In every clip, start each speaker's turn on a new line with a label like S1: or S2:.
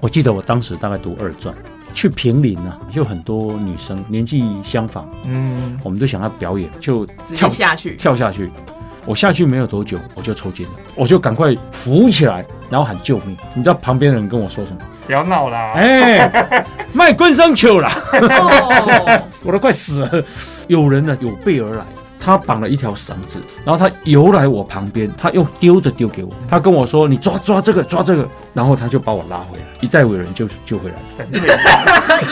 S1: 我记得我当时大概读二专，去平林呢、就很多女生年纪相仿，
S2: 嗯，
S1: 我们都想要表演，就
S3: 直
S1: 跳
S3: 接下去，
S1: 跳下去。我下去没有多久，我就抽筋了，我就赶快扶起来，然后喊救命。你知道旁边人跟我说什么？
S2: 不要闹啦！
S1: 哎、卖棍上球啦！
S3: 哦，
S1: 我都快死了。有人呢有备而来，他绑了一条绳子，然后他游来我旁边，他用丢的丢给我，他跟我说：“你抓抓这个，抓这个。”然后他就把我拉回来，一代伟人就救回来了
S2: 神队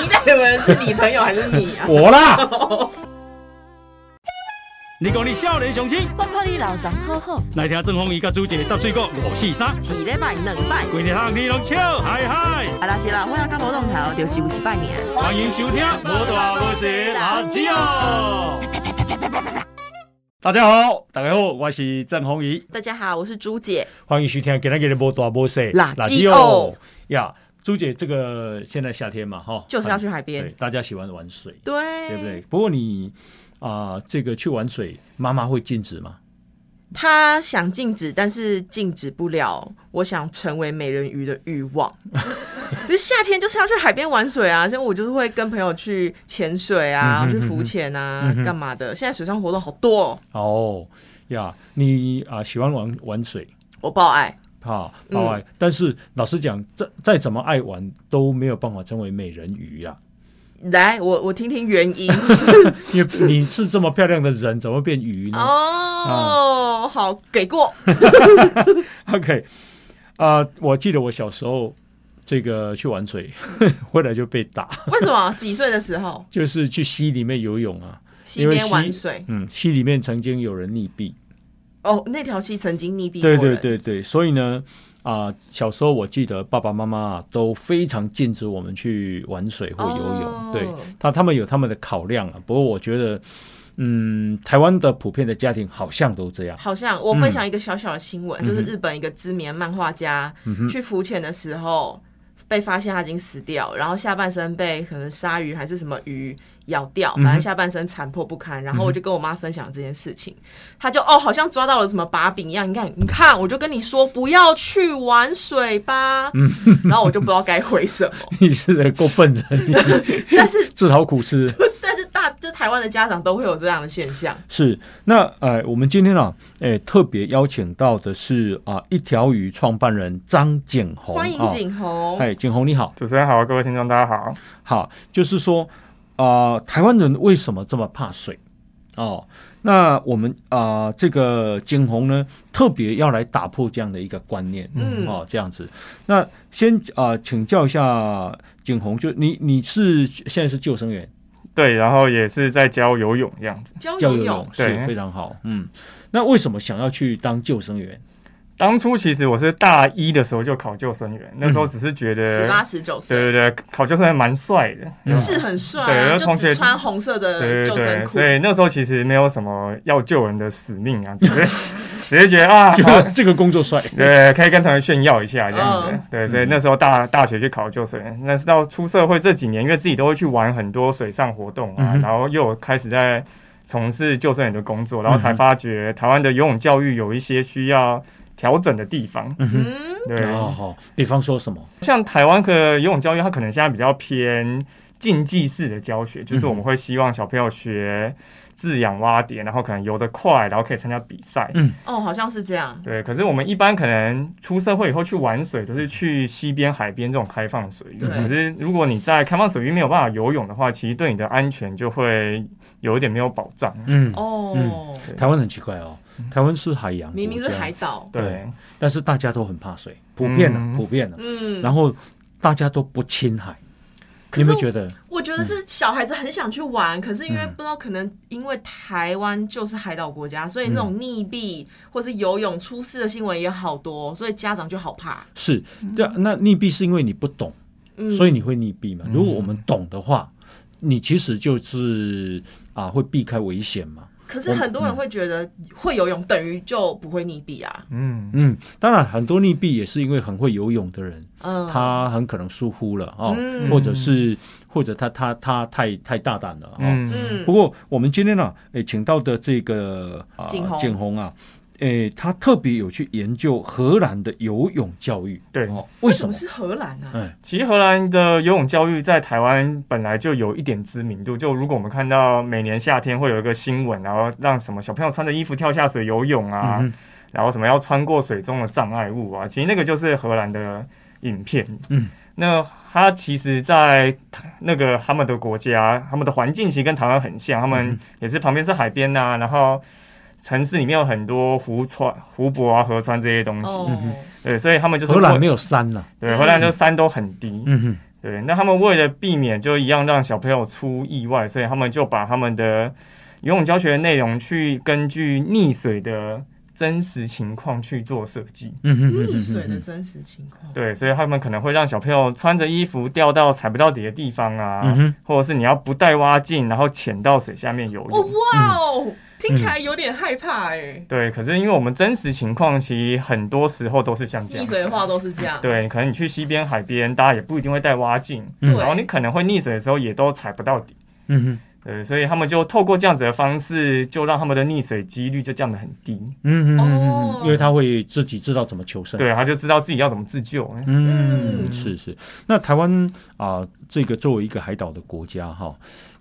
S3: 一代有人是你朋友还是你啊？
S1: 我啦。你讲你少年雄心，
S4: 我看你老张好好，
S1: 来听郑鸿仪甲朱姐搭水果五四三，
S4: 一礼拜两拜，
S1: 规日通你拢笑嗨嗨。
S4: 啊啦是啦，我要甲无动头，就只有一拜年。
S1: 欢迎收听《无大无小垃圾哦》。大家好，大家好，我是郑鸿仪。
S3: 大家好，我是朱姐，
S1: 欢迎收听《给他给的波大波塞
S3: 垃圾哦
S1: 呀，朱姐，这个现在夏天嘛，哈，
S3: 就是要去海边
S1: 对，大家喜欢玩水，
S3: 对，
S1: 哎对不对？？不过你啊、这个去玩水，妈妈会禁止吗？
S3: 他想禁止，但是禁止不了。我想成为美人鱼的欲望， 因为夏天就是要去海边玩水啊，像我就是会跟朋友去潜水啊，
S1: 嗯哼
S3: 去浮潜啊
S1: 嗯，哼
S3: 干嘛的？现在水上活动好多、哦，
S1: 哦，呀，你啊、喜欢玩玩水。
S3: 我爆爱。
S1: 哈，
S3: 嗯
S1: 好爱、啊但是老实讲，再再怎么爱玩都没有办法成为美人鱼啊呀、
S3: 来，我我听听原因
S1: 因为你是这么漂亮的人，怎么变鱼呢、
S3: 哦，好 给过，
S1: o k 啊、我记得我小时候这个去玩水， 回来就被打。
S3: 为什么？几岁的时候？
S1: 就是去溪里面游泳啊。
S3: 溪边玩水
S1: 嗯，溪里面曾经有人溺毙，
S3: 哦，那条溪曾经溺毙过
S1: 对
S3: 人，
S1: 对对对，所以呢，啊、小时候我记得爸爸妈妈啊都非常禁止我们去玩水或游泳，
S3: 哦
S1: 对他他们有他们的考量啊。不过我觉得，嗯，台湾的普遍的家庭好像都这 样，
S3: 好像我分享一个小小的新闻，就是日本一个知名漫画家、去浮潜的时候被发现他已经死掉，然后下半身被可能鲨鱼还是什么鱼咬掉，反正下半身残破不堪。然后我就跟我妈分享这件事情，她就哦，好像抓到了什么把柄一样。你看，你看，我就跟你说不要去玩水吧。然后我就不知道该回什么，
S1: 你是够笨 的，你
S3: 但是
S1: 自讨苦吃。
S3: 但是大就台湾的家长都会有这样的现象。
S1: 是，那呃，我们今天啊，诶、特别邀请到的是啊、一条鱼创办人张景宏，
S3: 欢迎
S1: 啊，
S3: 景宏，
S1: 哎、景宏你好。
S2: 主持人好，各位听众大家好。
S1: 好，就是说，啊，台湾人为什么这么怕水？哦，那我们啊、这个景洪呢，特别要来打破这样的一个观念，
S3: 嗯
S1: 哦，这样子。那先啊、请教一下景洪，就你你是现在是救生员，
S2: 对，然后也是在教游泳这样子。
S3: 教
S1: 教
S3: 游
S1: 游
S3: 泳
S1: 泳是
S2: 对
S1: 非常好，嗯。那为什么想要去当救生 员？
S2: 当初其实我是大一的时候就考救生员，那时候只是觉
S3: 十八
S2: 得，
S3: 十九岁。
S2: 对对对，考救生员蛮帅的，
S3: 是很帅、
S2: 对
S3: 啊，
S2: 那
S3: 就
S2: 同
S3: 只
S2: 学
S3: 穿红色的
S2: 对对
S3: 嗯救生
S2: 对，
S3: 裤
S2: 所。以那时候其实没有什么要救人的使命啊，只是 只是觉得啊，
S1: 这个
S2: 好
S1: 这个工作帅，
S2: 对，可以跟同学炫耀一下这样子。
S3: 嗯
S2: 对，所以那时候大大学去考救生员，那是到出社会这几年，因为自己都会去玩很多水上活动啊，
S1: 嗯哼
S2: 然后又有开始在从事救生员的工作，然后才
S1: 嗯哼
S2: 发觉台湾的游泳教育有一些需要调整的地方。
S1: 嗯
S3: 嗯，
S2: 对，
S1: 哼，哦，好，比方说什么？
S2: 像台湾的游泳教育，它可能现在比较偏竞技式的教
S1: 嗯
S2: 学，就是我们会希望小朋友学自仰蛙蝶，然后可能游得快，然后可以参加比赛。
S1: 嗯
S3: 哦，好像是这样。
S2: 对，可是我们一般可能出社会以后去玩水，都是去溪边、海边这种开放水域。
S3: 对
S2: 可是如果你在开放水域没有办法游泳的话，其实对你的安全就会有一点没有保障。
S1: 嗯，
S3: 哦，
S1: 嗯台湾很奇怪哦，台湾是海洋，
S3: 明明是海。岛，
S2: 对，
S1: 但是大家都很怕水，普遍了、
S2: 嗯
S1: 普遍了、
S3: 嗯，
S1: 然后大家都不亲海，你
S3: 可
S1: 有
S3: 是
S1: 没有觉得？
S3: 我觉得是小孩子很想去玩，可是因为
S1: 嗯
S3: 不知道，可能因为台湾就是海岛国家，所以那种溺毙或是游泳出事的新闻也好多，所以家长就好怕。
S1: 是这那溺毙是因为你不懂，
S3: 嗯，
S1: 所以
S3: 以
S1: 你会溺毙嘛？如果我们懂的话，你其实就是啊会避开危险嘛。
S3: 可是很多人会觉得会游泳等于就不会溺毙啊。
S2: 嗯，
S1: 嗯，当然很多溺毙也是因为很会游泳的人，
S3: 嗯，
S1: 他很可能疏忽了哦，
S3: 嗯
S1: 或者是或者他他他太太大胆了哦。
S2: 嗯，
S3: 嗯
S1: 不过我们今天呢、诶，请到的这个啊
S3: 景洪
S1: 景洪啊，诶，他特别有去研究荷兰的游泳教育。
S2: 对
S1: 哦，为
S3: 为
S1: 什
S3: 什
S1: 么
S3: 么？是荷兰啊？
S1: 哎，
S2: 其实荷兰的游泳教育在台湾本来就有一点知名度，就如果我们看到每年夏天会有一个新闻，然后让什么小朋友穿着衣服跳下水游泳啊，
S1: 嗯哼
S2: 然后什么要穿过水中的障碍物啊，其实那个就是荷兰的影片。
S1: 嗯，
S2: 那它其实，在那个他们的国家，他们的环境其实跟台湾很像，他
S1: 嗯
S2: 们也是旁边是海边呐、然后城市里面有很多湖川、湖泊啊、河川这些东西。
S3: 哦，
S2: 对，所以他们就是
S1: 荷兰
S2: 为
S1: 没有山呐、
S2: 对荷兰就山都很低。
S1: 嗯哼，
S2: 对，那他们为了避免就一样让小朋友出意外，所以他们就把他们的游泳教学的内容去根据溺水的真实情况去做设计。
S1: 嗯哼
S3: 溺水的真实情况。
S2: 对，所以他们可能会让小朋友穿着衣服掉到踩不到底的地方啊，
S1: 嗯哼
S2: 或者是你要不带蛙镜，然后潜到水下面游
S3: 哦
S2: 泳。
S3: 哇哦，听起来有点害怕哎。
S2: 对，可是因为我们真实情况，其实很多时候都是像这样
S3: 溺
S2: 子。
S3: 水的话都是这样。
S2: 嗯对，可能你去西边、海边，大家也不一定会带蛙镜，
S1: 嗯
S2: 然后你
S3: 对，
S2: 可能会溺水的时候也都踩不到底。
S1: 嗯哼，
S2: 呃，所以他们就透过这样子的方式，就让他们的溺水几率就降得很低。
S1: 嗯哼，嗯哼，
S3: 哦
S1: 因为他会自己知道怎么求生。
S2: 对，他就知道自己要怎么自救。
S1: 嗯，
S3: 嗯
S1: 是是。那台湾啊、这个作为一个海岛的国家哈，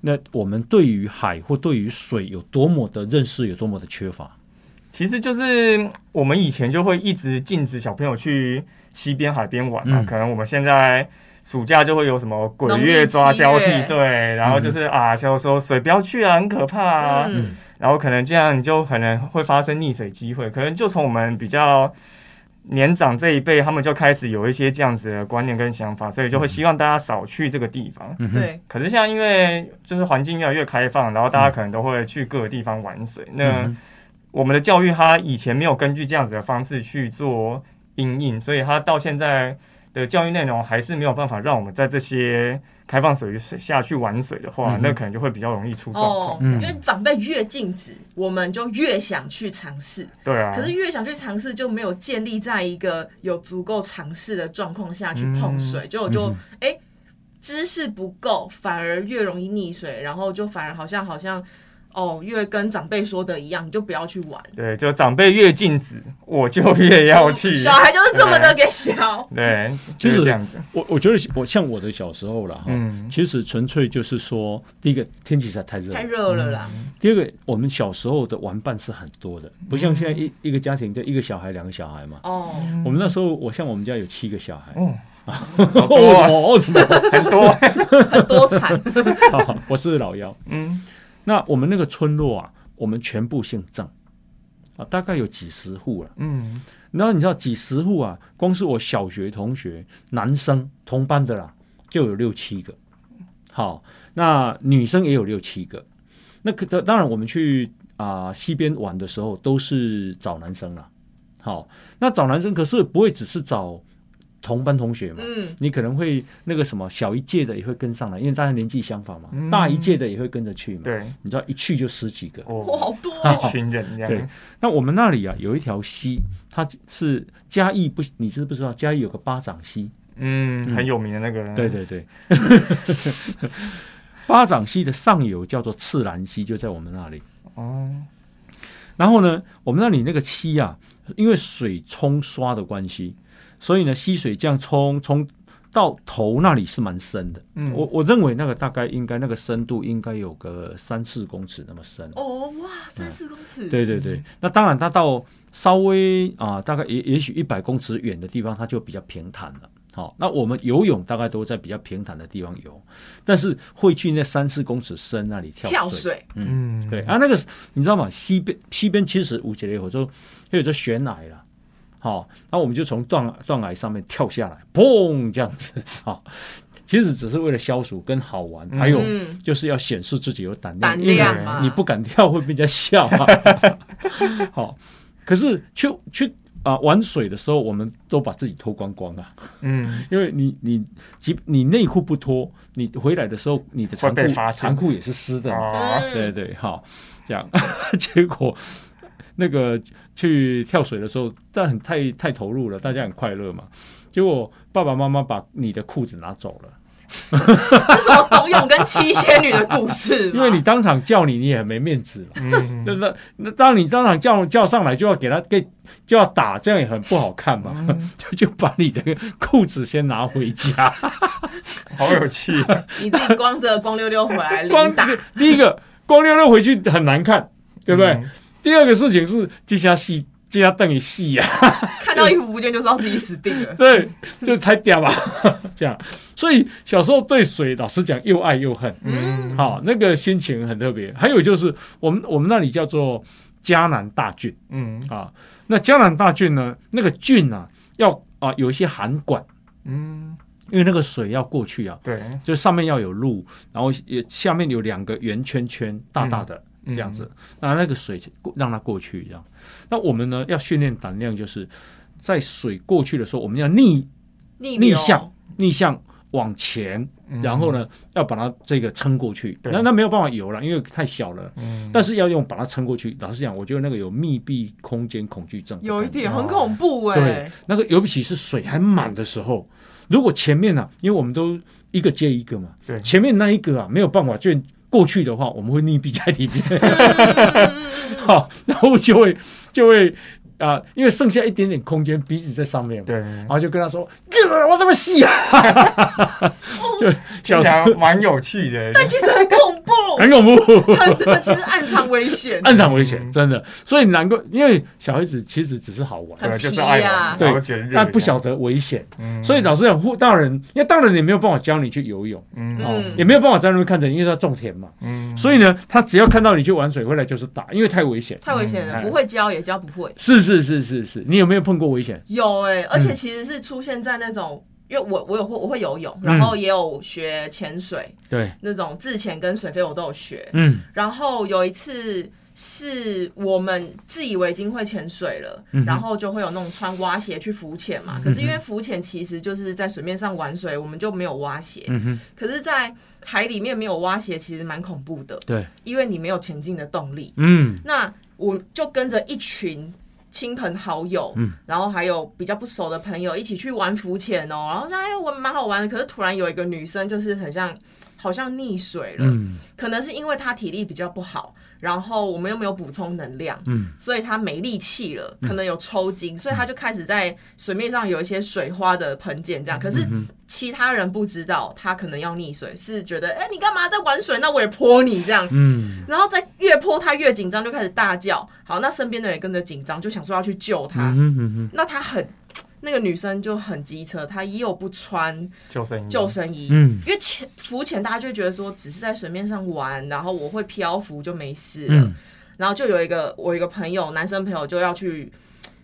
S1: 那我们对于海或对于水有多么的认识，有多么的缺乏？
S2: 其实就是嗯我们以前就会一直禁止小朋友去西边海边玩嘛，
S1: 嗯
S2: 可能我们现在。暑假就会有什么鬼
S3: 农历
S2: 月抓
S3: 七
S2: 交替
S3: 月，
S2: 对，然后就是啊，小时说水不要去啊，很可怕啊，
S3: 嗯，
S2: 然后可能这样你就可能会发生溺水机会，可能就从我们比较年长这一辈，他们就开始有一些这样子的观念跟想法，所以就会希望大家少去这个地方。
S1: 嗯哼，
S3: 对，
S2: 可是像因为就是环境越来越开放，然后大家可能都会去各个地方玩水，那
S1: 嗯
S2: 我们的教育它以前没有根据这样子的方式去做应应，所以它到现在的教育内容还是没有办法让我们在这些开放水域下去玩水的话，
S1: 嗯哼
S2: 那可能就会比较容易出状况。
S3: 哦，
S1: 嗯
S3: 因为长辈越禁止，我们就越想去尝试。
S2: 对啊，
S3: 可是越想去尝试，就没有建立在一个有足够尝试的状况下去碰水，就我就
S1: 嗯
S3: 哎、诶知识不够，反而越容易溺水，然后就反而好像好像哦，越跟长辈说的一样，你就不要去玩。
S2: 对，就长辈越禁止，我就越要去。
S3: 哦小孩就是这么的给小，
S2: 对，
S1: 就哦
S2: 就是是这样子。
S1: 我我觉得我像我的小时候了哈，
S2: 嗯
S1: 其实纯粹就是说，第一个天气实在太热了
S3: 太，热了啦。
S1: 第二个我们小时候的玩伴是很多的，不像现在一、一个家庭就一个小孩两个小孩嘛。
S3: 哦，
S1: 我们那时候，我像我们家有七个小孩，
S2: 嗯，好多啊
S1: 哦什么？
S2: 很 多。
S3: 很多产，
S1: 好我是老幺。
S2: 嗯，
S1: 那我们那个村落啊，我们全部姓郑啊，大概有几十户了。
S2: 嗯，
S1: 然后你知道几十户啊，光是我小学同学男生同班的啦，就有六七个。好，那女生也有六七个。那可当当然，我们去啊、西边玩的时候都是找男生啦。好，那找男生可是不会只是找同班同学嘛，
S3: 嗯，
S1: 你可能会那个什么小一届的也会跟上来，因为大家年纪相仿嘛，
S2: 嗯
S1: 大一届的也会跟着去嘛。
S2: 对，
S1: 你知道一去就十几个。
S3: 哇，
S2: 哦，
S3: 好多哦、
S2: 一群人这
S1: 对
S2: 样。，
S1: 那我们那里啊有一条溪，它是嘉义不，你知不知道嘉义有个巴掌溪？
S2: 嗯，很有名的那个。
S1: 对对对， 巴掌溪的上游叫做赤兰溪，就在我们那里。
S2: 哦，
S1: 然后呢，我们那里那个溪啊，因为水冲刷的关系，所以呢，溪水这样冲冲到头那里是蛮深的。
S2: 嗯
S1: 我我认为那个大概应该那个深度应该有个三四公尺那么深。
S3: 哦，哇，三四公尺，
S1: 对对对，那当然它到稍微啊、大概也也许一百公尺远的地方，它就比较平坦了。好、那我们游泳大概都在比较平坦的地方游，但是会去那三四公尺深那里跳
S3: 跳水，
S2: 嗯，
S1: 对啊，那个是你知道吗？西边西边其实有一个，我就有这悬崖了。好、然后我们就从断断崖上面跳下来，砰这样子啊、好其实只是为了消暑跟好玩，还有
S3: 嗯，
S1: 就是要显示自己有胆量，
S3: 胆
S1: 因为
S3: 量啊嘛，
S1: 你不敢跳会被人家笑、啊。 好，可是去去啊、玩水的时候，我们都把自己脱光光啊，
S2: 嗯，
S1: 因为你你即你内裤不脱，你回来的时候你的
S2: 会
S1: 长
S2: 被
S1: 裤
S2: 发现
S1: 长裤也是湿的嘛，
S2: 哦，
S3: 嗯
S1: 啊对对，好，这样， 结果那个去跳水的时候，但很太太投入了，大家很快乐嘛。结果爸爸妈妈把你的裤子拿走了，
S3: 是什么董永跟七仙女的故事吗？
S1: 因为你当场叫你，你也没面子了。
S2: 嗯，
S1: 那那那，当你当场叫叫上来，就要给他给就要打，这样也很不好看嘛。
S2: 嗯
S1: 就就把你的裤子先拿回 家。
S2: 好有趣啊，
S3: 你自己光着光溜溜回 来
S1: 光
S3: 领打，
S1: 第一个光溜溜回去很难看， 对不对？
S2: 嗯？
S1: 第二个事情是这下戏，这下等于戏呀、
S3: 看到衣服不见就知道自己死定 了。
S1: 对，就太屌吧， 这样。所以小时候对水，老实讲又爱又恨，
S2: 嗯，
S1: 好、那个心情很特别。还有就是我们我们那里叫做迦南大郡
S2: 嗯
S1: 啊，那迦南大郡呢，那个郡啊，要啊有一些涵管，
S2: 嗯，
S1: 因为那个水要过去啊，
S2: 对，
S1: 就上面要有路，然后也下面有两个圆圈圈，大大的。这
S2: 嗯
S1: 样子，那那个水过让它过去，这样。那我们呢要训练胆量，就是在水过去的时候，我们要逆
S3: 逆
S1: 逆
S3: 流
S1: 向逆向往前，
S2: 嗯
S1: 然后？呢要把它这个撑过去。
S2: 对
S1: 那那没有办法游了，因为太小了。
S2: 嗯，
S1: 但是要用把它撑过去。老实讲，我觉得那个有密闭空间恐惧症的感觉，
S3: 有一点很恐怖哎、
S1: 对，那个尤其是水还满的时候，如果前面啊，因为我们都一个接一个嘛，
S2: 对
S1: 前面那一个啊没有办法就过去的话，我们会溺毙在里面， 好、然后就会就会啊、因为剩下一点点空间，鼻子在上面嘛，
S2: 对，
S1: 然后就跟他说：“哥，我怎么洗啊？” 就小
S2: 听
S1: 时
S2: 起来
S1: 候
S2: 蛮有趣的，
S3: 但其实很恐 怖，
S1: 很恐怖。
S3: 很多其实暗藏危险。
S1: 暗藏危险，
S2: 嗯
S1: 真的，所以难怪，因为小孩子其实只是好玩，
S3: 很啊
S2: 对，就是
S3: 皮
S2: 爱
S3: 呀
S2: 玩，
S1: 对
S2: 然后觉得热
S1: 但不
S2: 这样
S1: 晓，得危险，
S2: 嗯
S1: 所以老实讲，护大人，因为大人也没有办法教你去游泳，
S2: 嗯
S1: 哦，
S3: 嗯
S1: 也没有办法在那边看着你，因为他种田嘛，
S2: 嗯，
S1: 所以呢，他只要看到你去玩水回来就是打，因为太危险。
S3: 太危险了，
S1: 嗯
S3: 不会教也教不会。
S1: 是是是是是，你有没有碰过危险？
S3: 有哎、
S1: 嗯
S3: 而且其实是出现在那种，因为我我有会我会游泳，然
S1: 嗯
S3: 后也有学潜水，
S1: 对，
S3: 那种自潜跟水肺我都有学。
S1: 嗯
S3: 然后有一次是我们自以为已经会潜水了，
S1: 嗯
S3: 然后就会有那种穿蛙鞋去浮潜嘛。可是因为浮潜其实就是在水面上玩水，我们就没有蛙鞋。
S1: 嗯哼，
S3: 可是，在海里面没有蛙鞋其实蛮恐怖的，
S1: 对，
S3: 因为你没有前进的动力。
S1: 嗯
S3: 那我就跟着一群亲朋好友，
S1: 嗯
S3: 然后还有比较不熟的朋友一起去玩浮潜哦。然后说哎，我蛮好玩的。可是突然有一个女生就是很像，好像溺水了，
S1: 嗯
S3: 可能是因为她体力比较不好，然后我们又没有补充能量，
S1: 嗯
S3: 所以她没力气了，可能有抽筋，所以她就开始在水面上有一些水花的喷溅
S1: 嗯
S3: 这样。可是其他人不知道她可能要溺水，是觉得哎、你干嘛在玩水？那我也泼你这样。
S1: 嗯
S3: 然后再越泼她越紧张，就开始大叫。好，那身边的人也跟着紧张，就想说要去救她。
S1: 嗯嗯
S3: 那她很，那个女生就很机车，她又不穿
S2: 救生衣，
S3: 救生衣，
S1: 嗯
S3: 因为潜浮潜大家就会觉得说只是在水面上玩，然后我会漂浮就没事了。
S1: 嗯
S3: 然后就有一个我有一个朋友，男生朋友就要去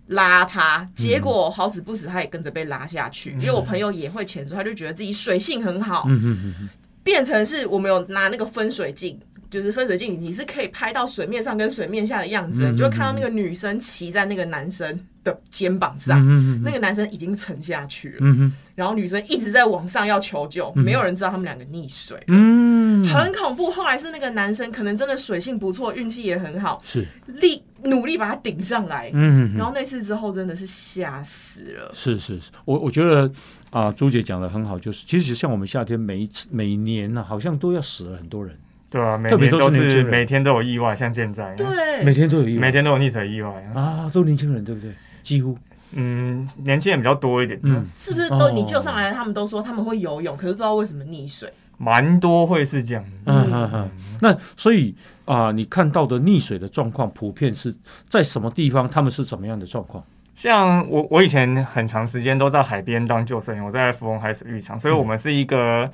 S3: 拉他，结果好死不死他也跟着被拉下去，因为我朋友也会潜水，他就觉得自己水性很好，
S1: 嗯嗯，
S3: 变成是我们有拿那个分水镜，就是分水镜，你是可以拍到水面上跟水面下的样子，
S1: 嗯
S3: 你就会看到那个女生骑在那个男生的肩膀上，
S1: 嗯
S3: 那个男生已经沉下去了，
S1: 嗯
S3: 然后女生一直在往上要求
S2: 嗯
S3: 救，没有人知道他们两个溺水。
S1: 嗯
S3: 很恐怖。后来是那个男生，可能真的水性不错，运气也很好，
S1: 是，
S3: 力努力把他顶上来。
S1: 嗯
S3: 然后那次之后真的是吓死了，
S1: 是是是，我我觉得啊、朱姐讲的很好，就是其实像我们夏天每一次每年呢、好像都要死了很多人，
S2: 对啊，每
S1: 特别
S2: 年
S1: 都
S2: 都
S1: 是年轻
S2: 是
S1: 人
S2: 每天都有意外，像现在，，
S1: 每
S3: 对，
S1: 天都有意外
S2: 每天都有溺水意外，
S1: 啊，都年轻人对不对？几乎，
S2: 嗯，年轻人比较多一点，
S1: 嗯
S2: 嗯，
S3: 是不是都
S1: 哦
S3: 你救上来了？他们都说他们会游泳，可是不知道为什么溺水。
S2: 蛮多会是这样，
S1: 嗯嗯嗯。那所以啊、你看到的溺水的状况，普遍是在什么地方？他们是什么样的状况？
S2: 像我，我以前很长时间都在海边当救生员，我在芙蓉海水浴场，
S1: 嗯
S2: 所以我们是一个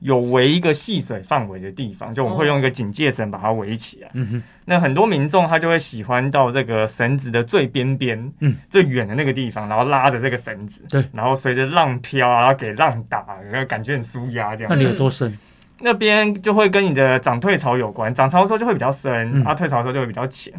S2: 有围一个戏水范围的地方，就我
S1: 哦
S2: 们会用一个警戒绳把它围起来。
S1: 嗯哼，
S2: 那很多民众他就会喜欢到这个绳子的最边边，
S1: 嗯，
S2: 最远的那个地方，然后拉着这个绳子，
S1: 对
S2: 然后随着浪飘啊，然后给浪打，然后感觉很舒压这
S1: 那
S2: 样。
S1: 你有多深？
S2: 那边就会跟你的涨退潮有关，涨潮的时候就会比较深，
S1: 嗯
S2: 啊，退潮的时候就会比较浅。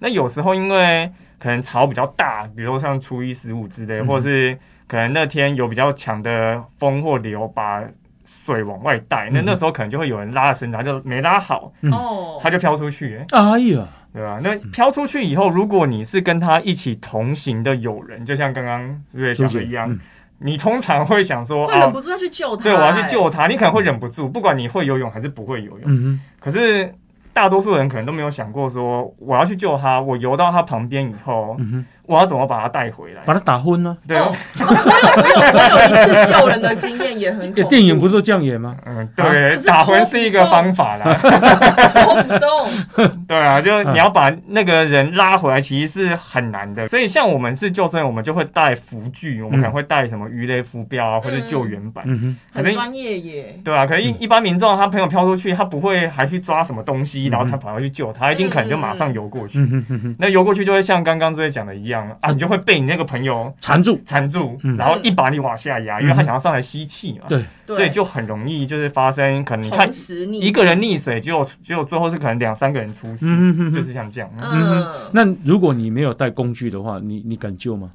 S2: 那有时候因为可能潮比较大，比如说像初一十五之类，
S1: 嗯
S2: 或者是可能那天有比较强的风或流把水往外带，那
S1: 嗯
S2: 那时候可能就会有人拉绳子，他就没拉好，
S1: 嗯
S3: 哦
S2: 他，就飘出去、欸
S1: 哎呀，
S2: 对吧、那
S1: 嗯
S2: 飘出去以后，如果你是跟他一起同行的友人，就像刚刚瑞瑞
S1: 朱
S2: 讲的
S1: 姐
S2: 一样，
S1: 嗯
S2: 你通常会想说
S3: 会忍
S2: 啊，
S3: 不住要去救他、
S2: 对我要去
S3: 哎。
S2: 救他，你可能会忍不住，不管你会游泳还是不会游泳。
S1: 嗯
S2: 可是大多数人可能都没有想过说，我要去救他，我游到他旁边以后
S1: 哼，，嗯哼，
S2: 我要怎么把他带回来？
S1: 把他打昏了、
S2: 对，
S3: 哦我有我有一次救人的经验也很恐
S1: 也
S3: 怖，
S1: 电影不是都这样演吗？
S2: 嗯，
S3: 可
S2: 对，
S3: 是
S2: 打
S3: 拖
S2: 昏
S3: 不
S2: 是一个
S3: 动
S2: 方法啦。
S3: 拖不动，
S2: 对
S1: 嗯
S2: 啊，就是你要把那个人拉回来，其实是很难的。所以像我们是救生员，我们就会带浮具，我们可能会带什么鱼类浮标啊，或者救援板。
S1: 嗯哼，
S2: 可
S3: 很
S2: 是
S3: 专业耶。
S2: 对啊，可是一一般民众他朋友飘出去，他不会还去抓什么东西，
S1: 嗯
S2: 然后才跑回去救他，一定可能就马上游过去。
S1: 嗯哼嗯哼，
S2: 那游过去就会像刚刚之前讲的一样啊，你就会被你那个朋友
S1: 缠住，
S2: 缠住
S1: 嗯，
S2: 然后一把你往下压，因为他想要上来吸气嘛。
S1: 对，
S3: 对，
S2: 所以就很容易就是发生，可能你看
S3: 同时你
S2: 一个人溺水，只有只有最后是可能两三个人出
S1: 嗯
S2: 事，
S1: 哼嗯哼
S2: 就是像这样。
S1: 嗯
S3: 嗯，
S1: 那如果你没有带工具的话，你你敢救吗？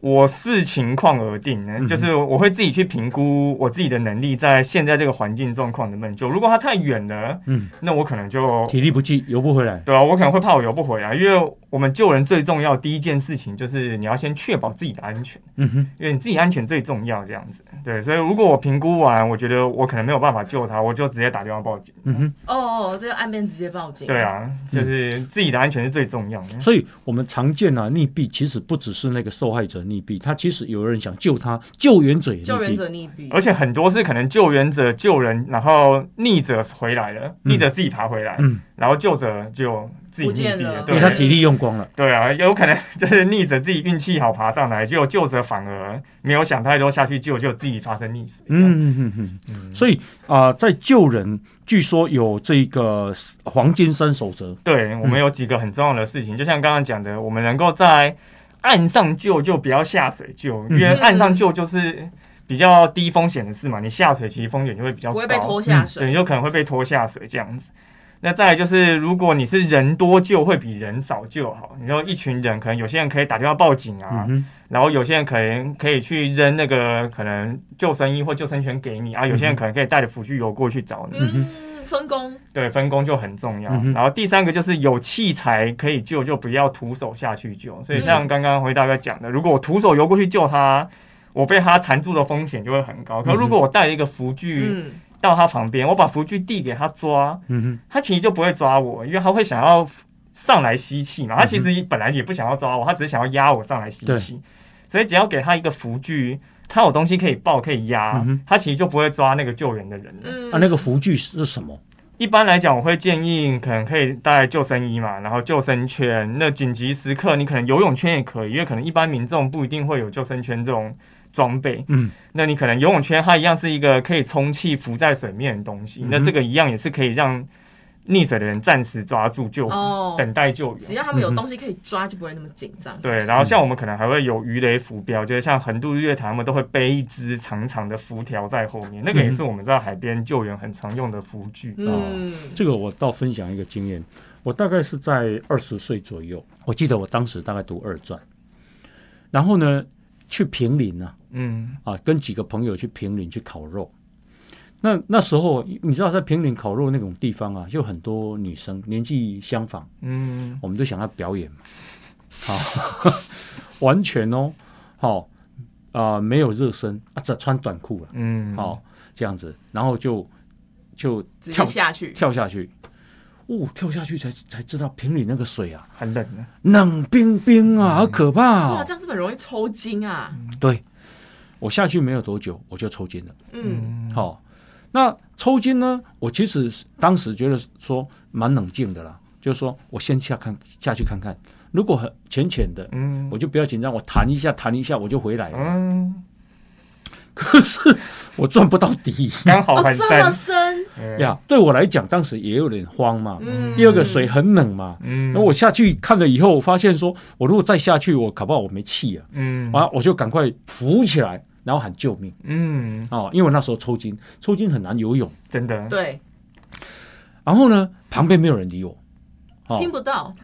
S2: 我视情况而定，呢，
S1: 嗯哼
S2: 就是我会自己去评估我自己的能力，在现在这个环境状况能不能救。如果它太远了，
S1: 嗯，
S2: 那我可能就
S1: 体力不济，游不回来。
S2: 对啊，我可能会怕我游不回来，因为我们救人最重要的第一件事情就是你要先确保自己的安全，
S1: 嗯哼，
S2: 因为你自己安全最重要。这样子，对，所以如果我评估完，我觉得我可能没有办法救他，我就直接打电话报警。
S1: 嗯哼。
S3: 哦，这个岸边直接报警。
S2: 对，
S1: 嗯
S2: 啊，就是自己的安全是最重要的。
S1: 所以我们常见啊，溺毙其实不只是那个受害者溺毙，他其实有人想救他，救援者也溺
S3: 救援
S1: 毙。
S3: 者溺毙，
S2: 而且很多是可能救援者救人，然后溺者回来了，
S1: 嗯
S2: 溺者自己爬回来，
S1: 嗯
S2: 然后救者就自己
S3: 不
S2: 溺
S3: 见
S2: 毙
S3: 了
S1: 因
S2: 对
S1: 为他体力用光了。
S2: 对啊，有可能 就是溺者自己运气好爬上来，结果救者反而没有想太多下去救，就自己发生溺死。
S1: 嗯嗯嗯嗯。
S2: 嗯
S1: 所以啊、在救人，据说有这个黄金三守则。
S2: 对我们有几个很重要的事情，就像刚刚讲的，我们能够在岸上救就不要下水救，因为
S3: 嗯
S2: 岸上救就是比较低风险的事嘛，你下水其实风险就会比较
S3: 不
S2: 高，嗯
S3: 会被拖下水。
S2: 对，你就可能会被拖下水这样子。那再来就是，如果你是人多救，会比人少救好。你说一群人，可能有些人可以打电话报警啊，
S1: 嗯哼，
S2: 然后有些人可能可以去扔那个可能救生衣或救生圈给你啊，有些人可能可以带着浮具游过去找你。
S3: 嗯，分工
S2: 对，分工就很重要。
S1: 嗯哼
S2: 然后第三个就是有器材可以救，就不要徒手下去救。
S1: 嗯
S2: 所以像刚刚回大哥讲的，如果我徒手游过去救他，我被他缠住的风险就会很高。
S1: 嗯
S2: 可
S1: 哼
S2: 如果我带了一个浮具，
S3: 嗯，
S2: 到他旁边，我把浮具递给他抓，
S1: 嗯哼，
S2: 他其实就不会抓我，因为他会想要上来吸气
S1: 嗯
S2: 嘛。他其实本来也不想要抓我，他只是想要压我上来吸气。所以只要给他一个浮具，他有东西可以抱可以压，
S1: 嗯哼
S2: 他其实就不会抓那个救援的人了。
S3: 嗯
S1: 啊，那个辅具是什么？
S2: 一般来讲，我会建议可能可以带救生衣嘛，然后救生圈。那紧急时刻，你可能游泳圈也可以，因为可能一般民众不一定会有救生圈这种装备。
S1: 嗯，
S2: 那你可能游泳圈它一样是一个可以充气浮在水面的东西，
S1: 嗯哼
S2: 那这个一样也是可以让溺水的人暂时抓住救、
S3: 哦，
S2: 等待救
S3: 只
S2: 援。
S3: 要他们有东西可以抓，就不会那么紧张。
S2: 对，
S3: 是不是
S2: 然后像我们可能还会有鱼雷浮标，就是像横渡日月潭，他们都会背一支长长的浮条在后面，那个也是我们在海边救援很常用的浮具。
S3: 嗯，
S1: 这个我倒分享一个经验，我大概是在二十岁左右，我记得我当时大概读二专，然后呢去平林啊，
S2: 嗯
S1: 啊，跟几个朋友去平林去烤肉。那那时候你知道，在平林烤肉那种地方啊，就很多女生年纪相仿，
S2: 嗯。
S1: 我们都想要表演嘛，好、 完全哦，好、啊、没有热身啊，只穿短裤了，
S2: 嗯，
S1: 好、，这样子，然后就就
S3: 直
S1: 跳
S3: 接下去，
S1: 跳下去，哦，跳下去才才知道平里那个水啊，
S2: 很冷的，
S1: 冷冰冰啊，好可怕、
S3: 嗯哇，
S1: 哦
S3: 这！样是不是很容易抽筋啊？
S1: 对，我下去没有多久，我就抽筋了。
S3: 嗯，
S1: 好、那抽筋呢？我其实当时觉得说蛮冷静的啦，就是说我先下看下去看看，如果很浅浅的，
S2: 嗯
S1: 我就不要紧张，我弹一下弹一下我就回来了。
S2: 嗯，
S1: 可是我赚不到底
S2: 刚好
S3: 哦，
S2: 很
S3: 这
S2: 深，
S3: 么深，
S2: 嗯
S1: 呀，对我来讲当时也有点慌嘛。
S3: 嗯，
S1: 第二个水很冷嘛，
S2: 嗯，
S1: 然后我下去看了以后，我发现说我如果再下去，我搞不好我没气啊，
S2: 嗯
S1: 啊，我就赶快浮起来，然后喊救命
S2: 嗯，
S1: 啊、因为我那时候抽筋，抽筋很难游泳。
S2: 真的，
S3: 对，
S1: 然后呢，旁边没有人理我，哦
S3: 听，不到，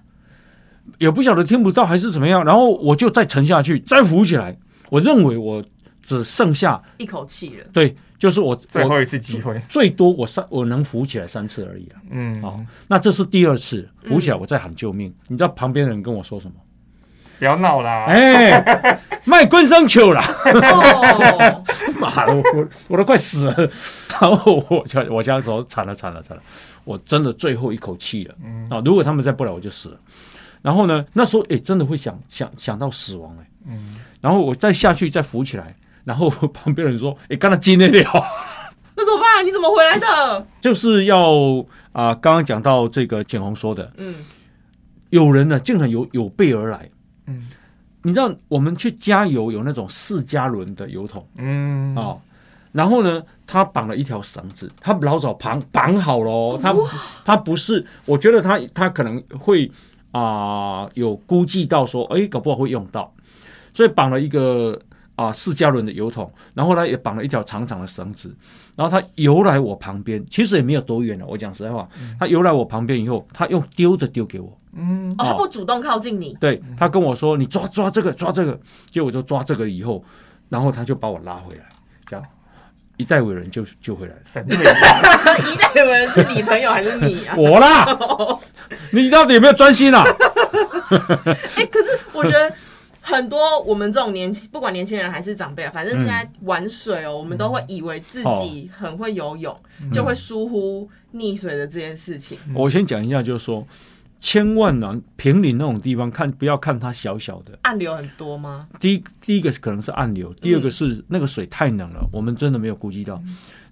S1: 也不晓得听不到还是怎么样，然后我就再沉下去，再浮起来。我认为我只剩下
S3: 一口气了，
S1: 对，就是我
S2: 最
S1: 我
S2: 后一次机会，
S1: 最多我三我能浮起来三次而已了。
S2: 嗯，
S1: 哦，那这是第二次
S3: 嗯
S1: 浮起来，我再喊救命。你知道旁边的人跟我说什么？
S2: 不要闹啦！
S1: 哎，卖棍上球啦！
S3: 哦，
S1: 妈的，我我都快死了。然后我就我现在说惨了惨了惨了，我真的最后一口气了
S2: 嗯
S1: 啊！如果他们再不来，我就死了。然后呢，那时候哎，真的会想想想到死亡哎、
S2: 嗯，
S1: 然后我再下去再浮起来，然后旁边人说：“哎，刚才进得了。
S3: 那怎么办？你怎么回来的？”
S1: 就是要啊、刚刚讲到这个简红说的，
S3: 嗯，
S1: 有人呢竟然有有备而来。
S2: 嗯
S1: 你知道我们去加油有那种四加仑的油桶
S2: 嗯
S1: 啊、哦然后呢，他绑了一条绳子，他老早绑绑好了哦，他他不是，我觉得他他可能会啊、有估计到说，哎，搞不好会用到，所以绑了一个啊、四加仑的油桶，然后呢也绑了一条长长的绳子，然后他游来我旁边，其实也没有多远了，我讲实在话，他游来我旁边以后，他用丢的丢给我，
S2: 嗯
S3: 哦，他不主动靠近你，
S1: 对他跟我说：“你抓抓这个，抓这个。”结果我就抓这个以后，然后他就把我拉回来，这样一再伟人就救回来了。
S2: 神 队
S3: 一代有人是你朋友还是你啊？
S1: 我啦，你到底有没有专心啊？
S3: 哎、可是我觉得很多我们这种年轻，不管年轻人还是长辈啊，反正现在
S1: 嗯
S3: 玩水哦，我们都会以为自
S1: 哦
S3: 己很会游泳，
S1: 嗯
S3: 就会疏忽溺水的这件事情。
S1: 我先讲一下，就是说，千万呢、平岭那种地方看，不要看它小小的。
S3: 暗流很多吗？
S1: 第一，第一个是可能是暗流，第二个是那个水太冷了，我们真的没有估计到。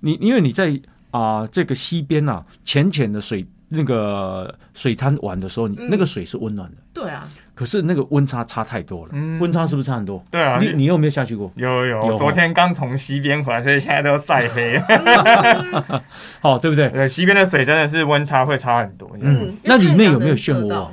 S1: 你因为你在啊、这个溪边啊浅浅的水那个水滩玩的时候，你
S3: 嗯
S1: 那个水是温暖的。
S3: 对啊，
S1: 可是那个温差差太多了，
S2: 嗯
S1: 温差是不是差很多？
S2: 对啊
S1: 你你有没有下去过？
S2: 有有，
S1: 有
S2: 昨天刚从西边回来，所以现在都晒 黑。
S1: 哦，对不对？
S2: 对，西边的水真的是温差会差很多。
S1: 嗯
S3: 嗯，
S1: 那里面有没有
S3: 因为太阳
S1: 漩
S3: 能
S1: 涡
S3: 射到
S1: 啊？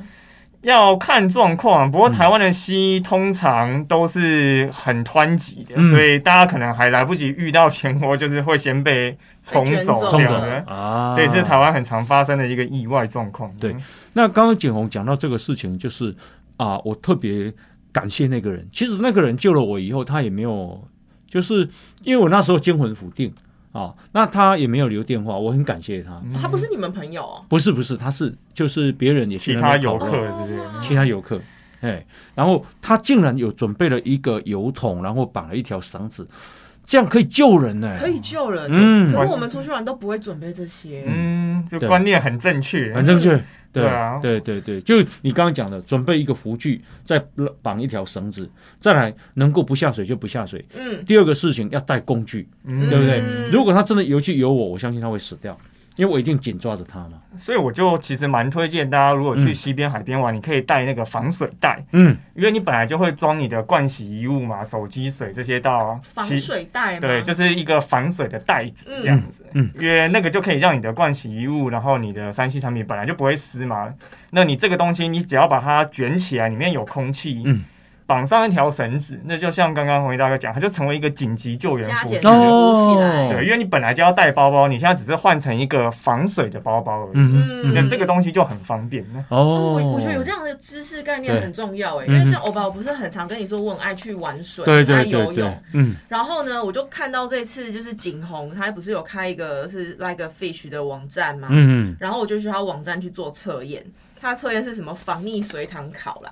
S2: 要看状况，不过
S1: 嗯
S2: 台湾的溪通常都是很湍急的，
S1: 嗯
S2: 所以大家可能还来不及遇到漩涡，就是会先被冲走
S1: 冲
S2: 掉
S1: 走
S2: 的
S3: 对。
S1: 啊，
S2: 这也是台。湾很常发生的一个意外状况。
S1: 对那刚刚景红讲到这个事情，就是啊，我特别感谢那个人。其实那个人救了我以后，他也没有，就是因为我那时候惊魂甫定啊，那他也没有留电话，我很感谢他。
S2: 嗯，
S3: 哦他不是你们朋友哦，
S1: 不是不是，他是就是别人也去
S2: 其
S1: 那边
S2: 他游
S1: 讨
S2: 客，
S1: 论
S2: 是不是？
S3: 哦
S1: 其他游客，哎，然后他竟然有准备了一个油桶，然后绑了一条绳子，这样可以救人呢、
S3: 可以救人。
S1: 嗯
S3: 可是我们出去玩都不会准备这些。
S2: 嗯，就
S1: 对嗯
S2: 观念很正确。
S1: 很正确。对
S2: 对啊
S1: 对对对，就你刚刚讲的，准备一个浮具，再绑一条绳子，再来能够不下水就不下水。
S3: 嗯，
S1: 第二个事情要带工具，
S2: 嗯
S1: 对不对？
S3: 嗯
S1: 如果他真的游去游我，我相信他会死掉，因为我一定紧抓着他嘛。
S2: 所以我就其实蛮推荐大家，如果去
S1: 嗯
S2: 西边海边玩，你可以带那个防水袋，
S1: 嗯，
S2: 因为你本来就会装你的盥洗衣物嘛、手机水这些到
S3: 防
S2: 西
S3: 水袋嘛，
S2: 对，就是一个防水的袋子这样子，
S1: 嗯
S2: 因为那个就可以让你的盥洗衣物，然后你的三 C 产品本来就不会湿嘛，那你这个东西你只要把它卷起来，里面有空气，
S1: 嗯
S2: 绑上一条绳子，那就像刚刚红衣大哥讲，它就成为一个紧急救援
S3: 加
S2: 服务
S3: 减
S2: 器。
S1: 哦
S3: 浮起来。
S2: 对，因为你本来就要带包包，你现在只是换成一个防水的包包而已，
S1: 嗯
S3: 嗯
S2: 那这个东西就很方便。那
S1: 哦，
S3: 我我觉得有这样的知识概念
S1: 对
S3: 很重要哎，
S1: 嗯
S3: 因为像欧巴，我不是很常跟你说我很爱去玩水，
S1: 对
S3: 很爱
S1: 对
S3: 游
S1: 对对
S3: 泳。，
S1: 嗯
S3: 然后呢，我就看到这次就是景洪，他不是有开一个是 Like a Fish 的网站吗？
S1: 嗯
S3: 然后我就去他网站去做测验，他测验是什么防溺水塘考啦，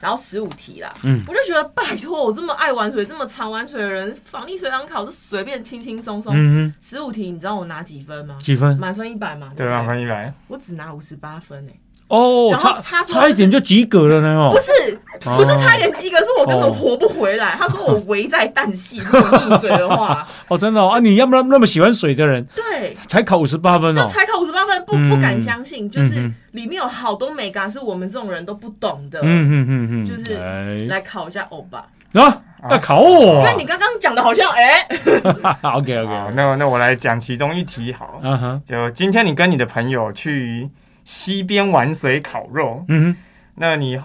S3: 然后十五题啦，
S1: 嗯
S3: 我就觉得拜托，我这么爱玩水、这么常玩水的人，防溺水塘考就随便轻轻松松，
S1: 嗯，
S3: 十五、题，你知道我拿几分吗？
S1: 几分？
S3: 满分一百嘛，
S2: 对
S3: 对不
S2: 吧，
S3: 对？
S2: 欢迎来，
S3: 我只拿五十八分哎、
S1: 哦，
S3: 然后
S1: 差
S3: 他说
S1: 差一点就及格了呢哦
S3: 不。是，
S1: 哦
S3: 不是差一点及格，是我根
S1: 哦
S3: 本活不回来。他说我危在旦夕，如果溺水的 话，
S1: 哦，真的哦啊！你要不然那么喜欢水的人，
S3: 对，
S1: 才考五十八分
S3: 就
S1: 哦。
S3: 才考五十八分，不
S1: 嗯
S3: 不敢相信，就是
S1: 嗯
S3: 里面有好多美感是我们这种人都不懂的。
S1: 嗯嗯嗯嗯，
S3: 就是
S1: 哎
S3: 来考一下欧巴，
S1: 啊，要考我
S3: 因
S1: 啊
S3: 为你啊刚刚讲的好像哎，
S1: ？OK
S2: 好，
S1: OK，
S2: 那那我来讲其中一题好了，
S1: 啊哈，
S2: 就今天你跟你的朋友去溪边玩水烤肉，
S1: 嗯
S2: 那你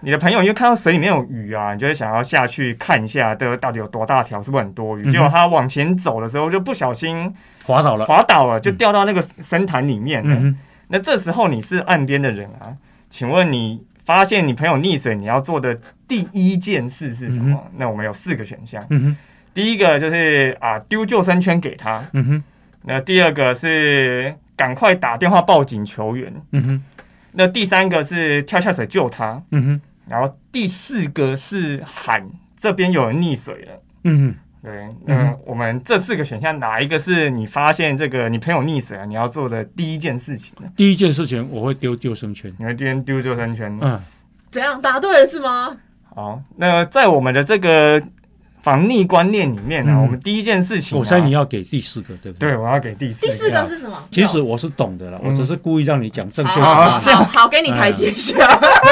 S2: 你的朋友因为看到水里面有鱼啊，你就会想要下去看一下，这个到底有多大条，是不是很多鱼？
S1: 嗯哼
S2: 结果他往前走的时候就不小心
S1: 哼，滑倒了。
S2: 滑倒了，就掉到那个深潭里面了。
S1: 嗯
S2: 那这时候你是岸边的人啊，请问你发现你朋友溺水，你要做的第一件事是什
S1: 嗯
S2: 么？那我们有四个选项
S1: 哼，，嗯哼，
S2: 第一个就是啊丢救生圈给他，
S1: 嗯哼，
S2: 那第二个是赶快打电话报警求援，
S1: 嗯哼，
S2: 那第三个是跳下水救他。
S1: 嗯哼，
S2: 然后第四个是喊这边有人溺水了。
S1: 嗯，
S2: 对，
S1: 嗯
S2: 那、我们这四个选项哪一个是你发现这个你朋友溺水了，你要做的第一件事情呢？
S1: 第一件事情我会丢救生圈。
S2: 你会先丢救生圈。
S1: 嗯，
S3: 怎样？答对了是吗？
S2: 好，那在我们的这个防溺观念里面呢、
S1: 嗯
S2: 我们第一件事情、啊，
S1: 我猜你要给第四个，对不对？
S2: 对，我要给第四
S3: 第
S2: 个。
S3: 四个是什么？
S1: 其实我是懂的了，我只是故意让你讲正确
S3: 好
S1: 的答
S3: 好好
S1: 案。
S3: 好，好给你台阶下。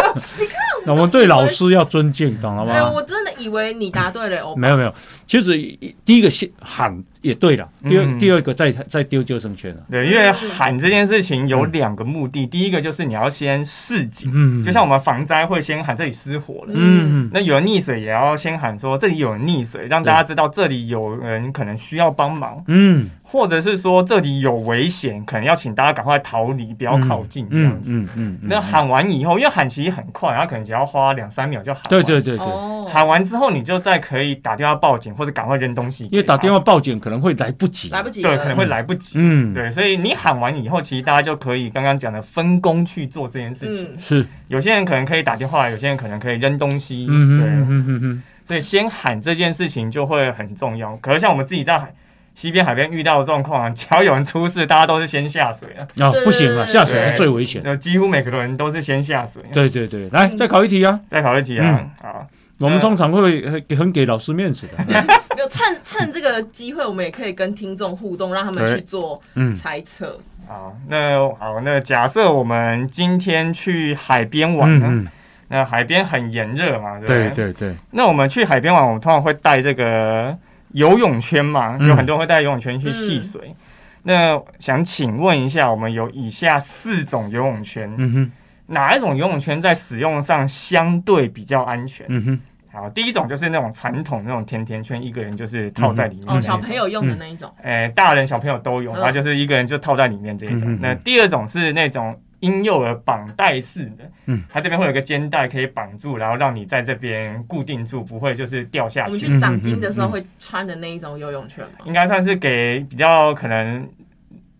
S1: 那我们对老师要尊敬，懂了
S3: 哎，
S1: 吗？
S3: 我真的以为你答对了，我
S1: 没有没有，其实一第一个先喊也对了，第二、
S2: 嗯
S1: 第二个再再丢救生圈了。啊
S2: 对，因为喊这件事情有两个目的，第一个就是你要先示警，
S1: 嗯
S2: 就像我们防灾会先喊这里失火了。
S1: 嗯
S2: 那有人溺水也要先喊说这里有人溺水，让大家知道这里有人可能需要帮忙，
S1: 嗯，
S2: 或者是说这里有危险，可能要请大家赶快逃离，不要靠近这样
S1: 嗯
S2: 子。
S1: 嗯嗯，嗯
S2: 那喊完以后，因为喊其实很快，然后可能只要花两三秒就喊完。
S1: 对对对对，
S3: 哦，
S2: 喊完之后，你就再可以打电话报警，或者赶快扔东西。
S1: 因为打电
S2: 话
S1: 话报警可能会来不及。啊
S3: 来不及了，
S2: 对可能会来不及。
S1: 嗯，
S2: 对，所以你喊完以后，其实大家就可以刚刚讲的分工去做这件事情。
S3: 嗯，
S1: 是，
S2: 有些人可能可以打电话，有些人可能可以扔东西。
S1: 嗯嗯
S2: 对，
S1: 嗯嗯嗯，
S2: 所以先喊这件事情就会很重要。可是像我们自己在海西边海边遇到的状况、啊，只要有人出事，大家都是先下水啊。
S1: 啊，不行啊，下水
S2: 对
S1: 是最危险的。
S2: 那几乎每个人都是先下水。，啊
S1: 对对对，来再考一题啊！
S2: 再考一题啊，好，
S1: 我们通常会很很给老师面子的。
S3: 就趁趁这个机会，我们也可以跟听众互动，让他们去做
S1: 嗯，
S3: 猜测。
S2: 好，那好，那假设我们今天去海边玩呢、
S1: 嗯，
S2: 那海边很炎热嘛，对不
S1: 对对对，
S2: 那我们去海边玩，我们通常会带这个游泳圈嘛，
S1: 嗯
S2: 有很多人会带游泳圈去戏水。那想请问一下，我们有以下四种游泳圈，
S1: 嗯哼，
S2: 哪一种游泳圈在使用上相对比较安全？
S1: 嗯哼，
S2: 好，第一种就是那种传统那种甜甜圈，一个人就是套在里
S1: 嗯
S2: 面、
S3: 哦，小朋。友用的那一种，
S2: 哎、大人小朋友都有，
S3: 嗯
S2: 然后就是一个人就套在里面这一种。
S1: 嗯嗯嗯
S2: 那第二种是那种婴幼儿绑带式的，
S1: 嗯
S2: 它这边会有一个肩带可以绑住，然后让你在这边固定住，不会就是掉
S1: 嗯
S2: 下
S3: 我们
S2: 去
S3: 去。赏金的时候会穿的那一种游泳圈吗？
S2: 应该算是给比较可能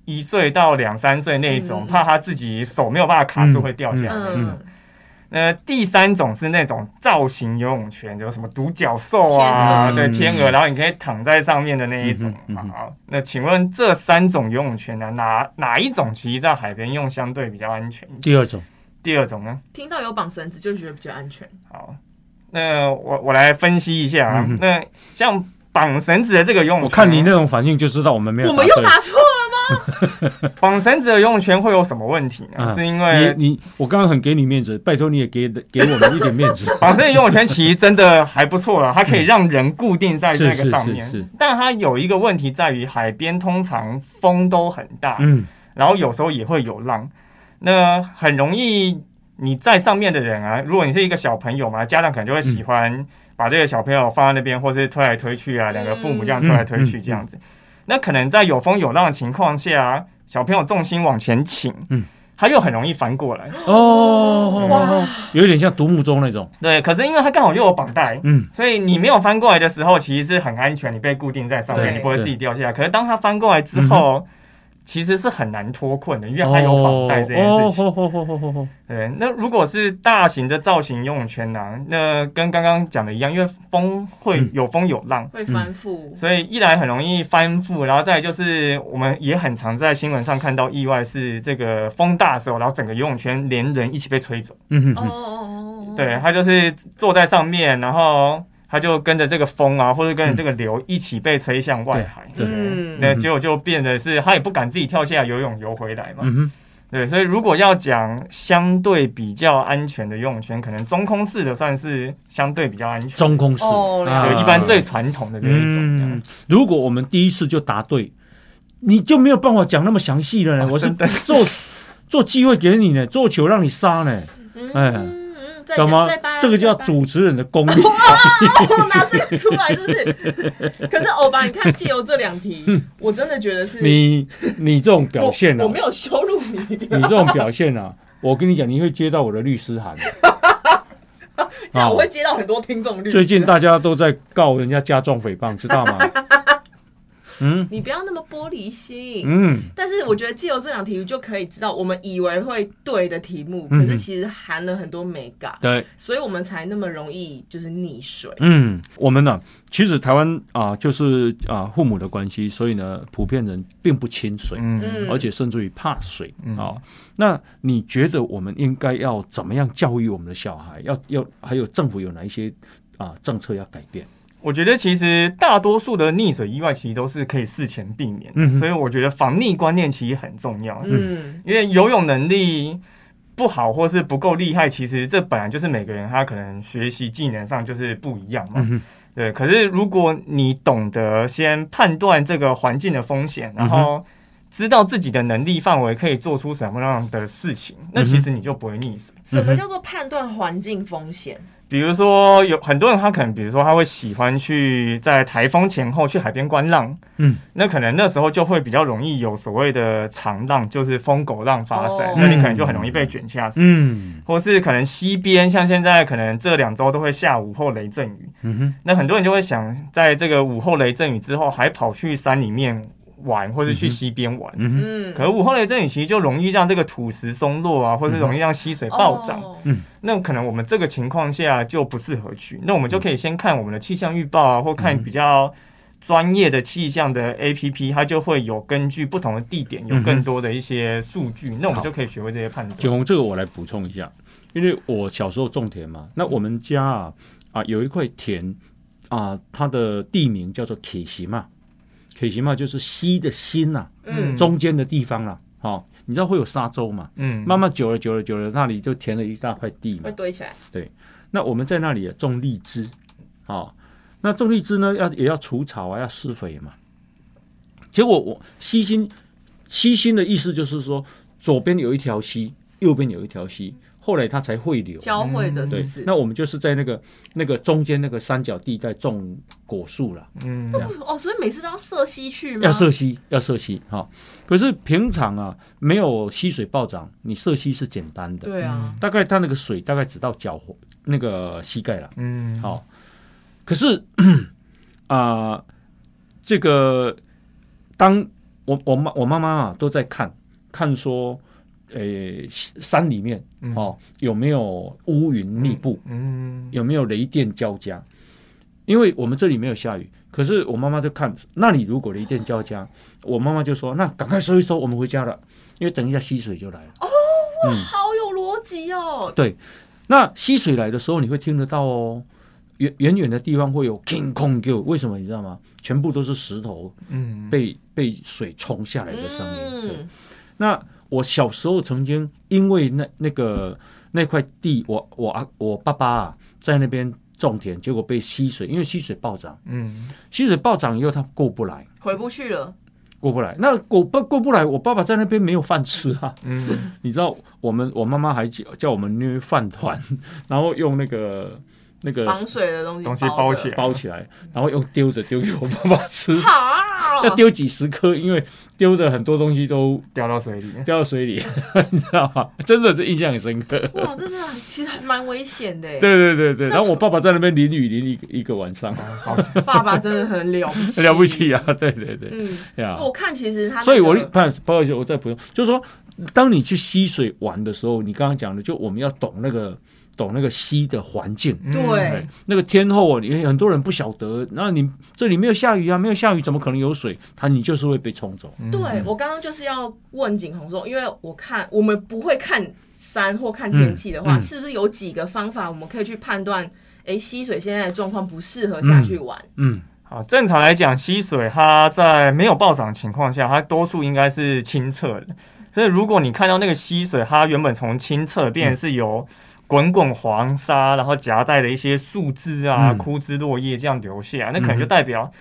S2: 一岁到两三岁那一种，
S3: 嗯
S2: 怕他自己手没有办法卡住
S1: 嗯
S2: 会掉下来那种。
S3: 嗯，
S2: 那第三种是那种造型游泳圈，有什么独角兽啊，
S3: 天鹅
S2: 对，
S1: 嗯
S2: 天鹅，然后你可以躺在上面的那一种
S1: 嗯哼嗯哼
S2: 好，那请问这三种游泳圈呢、哪哪一种其实在海边用相对比较安全？
S1: 第二种，
S2: 第二种呢？
S3: 听到有绑绳子就觉得比较安全。
S2: 好，那我我来分析一下啊。
S1: 嗯哼
S2: 那像绑绳子的这个游泳圈，
S1: 我看你那种反应就知道我们没有。
S3: 我们又答错了，
S2: 绑绳子的游泳圈会有什么问题呢？
S1: 嗯
S2: 是因为
S1: 你你，我刚刚很给你面子，拜托你也给给我们一点面子。
S2: 绑绳子游泳圈其实真的还不错了，它可以让人固定在那
S1: 嗯是是
S2: 个上面。
S1: 是是
S2: 但它有一个问题在于，海边通常风都很大，
S1: 嗯
S2: 然后有时候也会有浪，那很容易你在上面的人啊，如果你是一个小朋友嘛，家长可能就会喜
S1: 嗯
S2: 欢把这个小朋友放在那边，或是推来推去啊，两个父母这样推来推去这样
S1: 嗯
S2: 子。那可能在有风有浪的情况下，小朋友重心往前倾，
S1: 嗯
S2: 他又很容易翻过来。
S1: 哦，
S3: 哇，
S1: 有点像独木舟那种。
S2: 对，可是因为它刚好又有绑带，
S1: 嗯
S2: 所以你没有翻过来的时候，其实是很安全，你被固定在上面，
S3: 对
S2: 你不会自己掉下来。可是当它翻过来之
S1: 嗯
S2: 后，其实是很难脱困的，因为它有绑带这件事情。
S1: 哦哦哦哦哦
S2: 对，那如果是大型的造型游泳圈呢、那跟刚刚讲的一样，因为风会
S1: 嗯
S2: 有风有浪。
S3: 会翻覆。
S2: 所以一来很容易翻覆，然后再来就是我们也很常在新闻上看到意外是这个风大的时候，然后整个游泳圈连人一起被吹走。
S1: 嗯
S3: 哦
S1: 嗯
S3: 哦哦哦，
S2: 对，啊他就是坐在上面，然后他就跟着这个风啊，或者跟着这个流一起被吹向外海。
S1: 对
S3: 嗯
S2: 那结果就变得是他也不敢自己跳下来游泳游回来嘛。
S1: 嗯哼，
S2: 对，所以如果要讲相对比较安全的游泳圈，可能中空式的算是相对比较安全。
S1: 中空式，啊
S3: 哦了解
S2: 对，一般最传统的这一种这样。
S1: 嗯，如果我们第一次就答对，你就没有办法讲那么详细了呢。我是做做机会给你呢，做球让你杀呢，
S3: 嗯
S1: 哎
S3: 嗯嗯再
S1: 懂
S3: 讲
S1: 吗
S3: 再掰？
S1: 这个叫
S3: 再掰
S1: 主持人的功 力。
S3: 哦，拿这个出来是不是？ 可是欧巴，你看借由这两题，我真的觉得是
S1: 嗯你你这种
S3: 我
S1: 表现啊
S3: 我，没有羞辱你，
S1: 你这种表现啊， 我跟你讲，你会接到我的律师 函。啊
S3: 这
S1: 哦
S3: 样我会接到很多听众律师。
S1: 最近大家都在告人家加重诽谤，知道吗？嗯
S3: 你不要那么玻璃心。
S1: 嗯，
S3: 但是我觉得借由这两题就可以知道，我们以为会对的题目，
S1: 嗯
S3: 可是其实含了很多美感，
S1: 对，
S3: 所以我们才那么容易就是溺水。
S1: 嗯，我们呢，其实台湾啊、就是啊、父母的关系，所以呢，普遍人并不亲水，
S2: 嗯，
S3: 嗯，
S1: 而且甚至于怕水啊、
S2: 嗯
S1: 那你觉得我们应该要怎么样教育我们的小孩？要要还有政府有哪一些啊、政策要改变？
S2: 我觉得其实大多数的溺水意外其实都是可以事前避免的，
S1: 嗯哼
S2: 所以我觉得防溺观念其实很重要，
S3: 嗯，
S2: 因为游泳能力。不好或是不够厉害，其实这本来就是每个人他可能学习技能上就是不一样嘛。
S1: 哼
S2: 对，可是如果你懂得先判断这个环境的风险，然后知道自己的能力范围可以做出什么样的事情，那其实你就不会溺死。
S3: 什么叫做判断环境风险？
S2: 比如说，有很多人他可能，比如说他会喜欢去在台风前后去海边观浪，
S1: 嗯，
S2: 那可能那时候就会比较容易有所谓的长浪，就是疯狗浪发生，
S3: 哦
S2: 那你可能就很容易被卷下水。
S1: 嗯
S2: 或是可能西边，像现在可能这两周都会下午后雷阵雨，
S1: 嗯哼
S2: 那很多人就会想，在这个午后雷阵雨之后，还跑去山里面玩，或是去溪边玩。
S1: 嗯哼
S3: 嗯，
S2: 可是午后雷阵雨其实就容易让这个土石松落
S1: 嗯
S2: 啊，或是容易让溪水暴涨。
S3: 哦
S2: 那可能我们这个情况下就不适合去。那我们就可以先看我们的气象预报啊，或
S1: 嗯
S2: 看比较专业的气象的 APP，它就会有根据不同的地点
S1: 嗯
S2: 有更多的一些数据。那我们就可以学会这些判
S1: 景
S2: 断。
S1: 红，这个我来补充一下，因为我小时候种田嘛，那我们家啊啊有一块田啊，它的地名叫做铁席嘛，铁席嘛就是溪的心啊呐、
S3: 嗯
S1: 中间的地方啦、好、哦，你知道会有沙洲嘛，
S2: 嗯，
S1: 慢慢久了久了久了，那里就填了一大块地嘛
S3: 嗯会。堆起来。
S1: 那我们在那里也种荔枝，好、那种荔枝呢要也要除草啊，要施肥嘛。结果我西心西心的意思就是说，左边有一条溪，右边有一条溪，后来它才汇流。
S3: 交汇的，是
S1: 嗯对
S3: 不是？，
S1: 那我们就是在那个那个中间那个三角地带种果树啦，
S2: 嗯，
S3: 哦，所以每次都要涉溪去吗？
S1: 要涉溪，要涉溪哈、可是平常啊，没有溪水暴涨，你涉溪是简单的，
S3: 对啊，
S1: 大概它那个水大概只到脚那个膝盖了。
S2: 嗯，
S1: 好、可是 啊、这个当我我妈我妈妈啊都在看看说，呃，山里面
S2: 嗯
S1: 哦有没有乌云密布，
S2: 嗯，
S1: 有没有雷电交加？因为我们这里没有下雨，可是我妈妈就看那里如果雷电交加，我妈妈就说那赶快收一收，我们回家了，因为等一下溪水就来了。
S3: 哇，好有逻辑哦。
S1: 那溪水来的时候，你会听得到哦。远远远的地方会有 king kong g 为什么你知道吗？全部都是石头
S2: 嗯，
S1: 被被水冲下来的声音。对
S3: 嗯，
S1: 那我小时候曾经因为那那个那块地，我我啊我爸爸、啊、在那边种田，结果被溪水，因为溪水暴涨，
S2: 嗯，
S1: 溪水暴涨以后他过不来，
S3: 回不去了。
S1: 过不来。那过不过不来，我爸爸在那边没有饭吃啊。
S2: 嗯，
S1: 你知道我们我妈妈还叫叫我们捏饭团，然后用那个 那个
S3: 防水的东西
S2: 东西包起
S3: 着
S2: 来，
S1: 包起来，然后用丢的丢给我爸爸吃，
S3: 好，
S1: 要丢几十颗，因为丢的很多东西都
S2: 掉到水 里。
S1: 掉到水里，你知道吗？真的是印象很深刻。
S3: 哇，这真的其实还蛮危险的耶。欸
S1: 对对对对，
S3: 那
S1: 然后我爸爸在那边淋雨淋一个一个晚上，
S2: 好，
S3: 爸爸真的很了 不起，
S1: 了不起！啊！对对对，
S3: 嗯，
S2: 啊
S1: 呀、
S3: 我看其实他那个，
S1: 所以我
S2: 嗯
S1: 不不好意思，我再补充，就是说，当你去溪水玩的时候，你刚刚讲的，就我们要懂那个懂那个溪的环境。
S2: 嗯
S3: 对
S1: 哎，那个天后啊，你很多人不晓得，那你这里没有下雨啊，没有下雨怎么可能有水？它你就是会被冲走。
S2: 嗯
S3: 对我刚刚就是要问景洪说，因为我看我们不会看山或看天气的话，
S1: 嗯嗯
S3: 是不是有几个方法我们可以去判断？哎，溪水现在的状况不适合下去玩，
S1: 嗯
S2: 好，正常来讲，溪水它在没有暴涨的情况下，它多数应该是清澈的。所以如果你看到那个溪水，它原本从清澈变成是由滚滚黄沙，然后夹带的一些树枝啊、
S1: 嗯
S2: 枯枝落叶这样流下来，那可
S1: 嗯
S2: 能
S1: 哼
S2: 就代表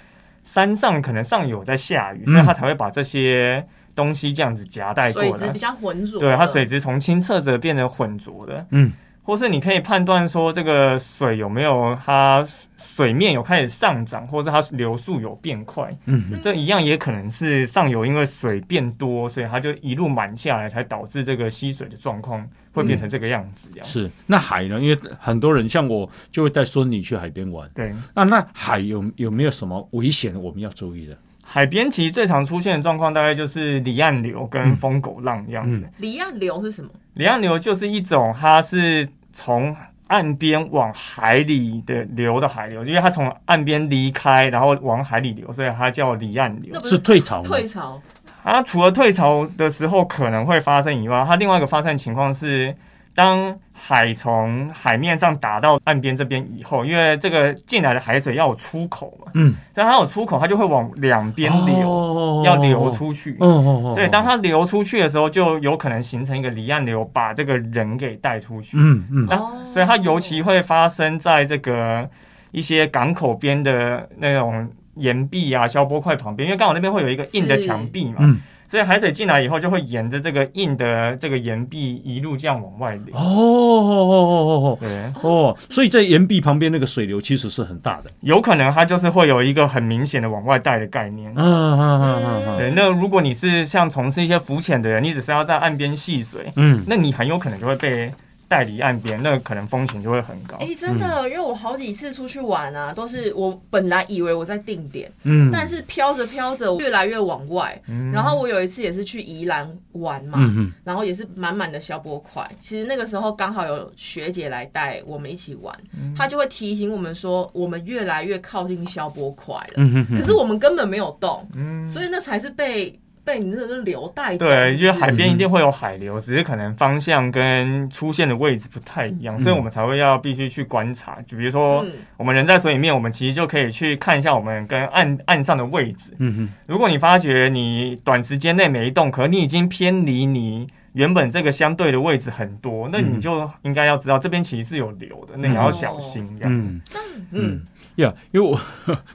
S2: 山上可能上游在下雨，
S1: 嗯
S2: 所以它才会把这些东西这样子夹带过
S3: 水质
S2: 来
S3: 比。较浑浊，
S2: 对，它水质从清澈的变成浑浊的。
S1: 嗯
S2: 或是你可以判断说这个水有没有它水面有开始上涨，或是它流速有变快，
S1: 嗯
S2: 这一样也可能是上游因为水变多，所以它就一路满下来，才导致这个溪水的状况会变成这个样子。这样、
S1: 是。那海呢？因为很多人像我就会带孙女去海边玩，
S2: 对，
S1: 那那海有有没有什么危险我们要注意的？
S2: 海边其实最常出现的状况大概就是离岸流跟疯狗浪这样子。
S3: 离岸嗯流是什么？
S2: 离岸流就是一种，它是从岸边往海里的流的海流，因为它从岸边离开，然后往海里流，所以它叫离岸流
S3: 那。不
S1: 是
S3: 是
S1: 退潮吗？
S3: 退潮，
S2: 它啊除了退潮的时候可能会发生以外，它另外一个发生情况是，当海从海面上打到岸边这边以后，因为这个进来的海水要有出口嘛，
S1: 嗯，
S2: 所以它有出口，它就会往两边流，
S1: 流
S2: 要流。出去。
S1: 哦哦哦，
S2: 所以当
S1: 他
S2: 它流出去的时候，就有可能形成一个离岸流，把这个人给带出去。
S1: 嗯嗯
S3: 哦
S2: 所以它尤其会发生在这个一些港口边的那种岩壁啊、消波块旁边，因为刚好那边会有一个硬的
S3: 是
S2: 墙壁嘛，
S1: 嗯，
S2: 所以海水进来以后就会沿着这个硬的这个岩壁一路这样往外流。
S1: 哦哦哦
S2: 对，
S1: 哦哦，所以在岩壁旁边那个水流其实是很大的。
S2: 有可能它就是会有一个很明显的往外带的概念。
S1: 嗯嗯嗯嗯
S2: 对，那如果你是像从事一些浮潜的人，你只是要在岸边戏水，
S1: 嗯
S2: 那你很有可能就会被带离岸边，那可能风险就会很高
S3: 哎、。真的，
S2: 嗯
S3: 因为我好几次出去玩啊，都是我本来以为我在定点，
S1: 嗯，
S3: 但是飘着飘着我越来越往外。
S2: 嗯
S3: 然后我有一次也是去宜兰玩嘛，
S1: 嗯嗯
S3: 然后也是满满的消波块。其实那个时候刚好有学姐来带我们一起玩，她就会提醒我们说，我们越来越靠近消波块了，
S1: 嗯嗯，
S3: 可是我们根本没有动，
S2: 嗯
S3: 所以那才是被被你这个流带走。
S2: 对，因为
S3: 是不是
S2: 海边一定会有海流，只是可能方向跟出现的位置不太一样，所以我们才会要必须去观察。就比如说
S3: 嗯，
S2: 我们人在水里面，我们其实就可以去看一下我们跟岸岸上的位置。
S1: 嗯
S2: 如果你发觉你短时间内没动，可你已经偏离你原本这个相对的位置很多，那你就应该要知道这边其实是有流的，那你要小心。这样，
S1: 嗯
S3: 嗯
S1: 嗯，呀，因为我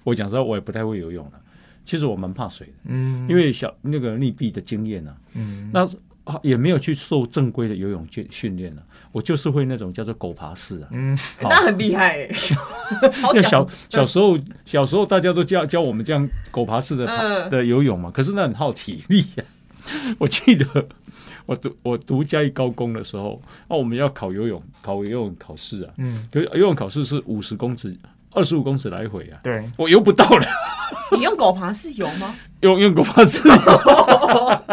S1: 我讲实话，我也不太会游泳了。其实我蛮怕水的，
S2: 嗯
S1: 因为小那个溺毙的经验啊，
S2: 嗯
S1: 那啊也没有去受正规的游泳训训练啊，我就是会那种叫做狗爬式啊。
S2: 嗯
S1: 好
S3: 那很厉害、欸， 好
S1: 那
S3: 想
S1: 小小时候，小时候大家都教教我们这样狗爬式的爬、
S3: 嗯
S1: 的游泳嘛，可是那很耗体力呀、 我记得我读我读嘉义高工的时候，啊那、我们要考游泳，考游泳考试啊，
S2: 嗯，
S1: 就游泳考试是五十公尺、二十五公尺来回啊，
S2: 对，
S1: 我游不到了，
S3: 你用狗爬是有吗？
S1: 用用狗爬式游，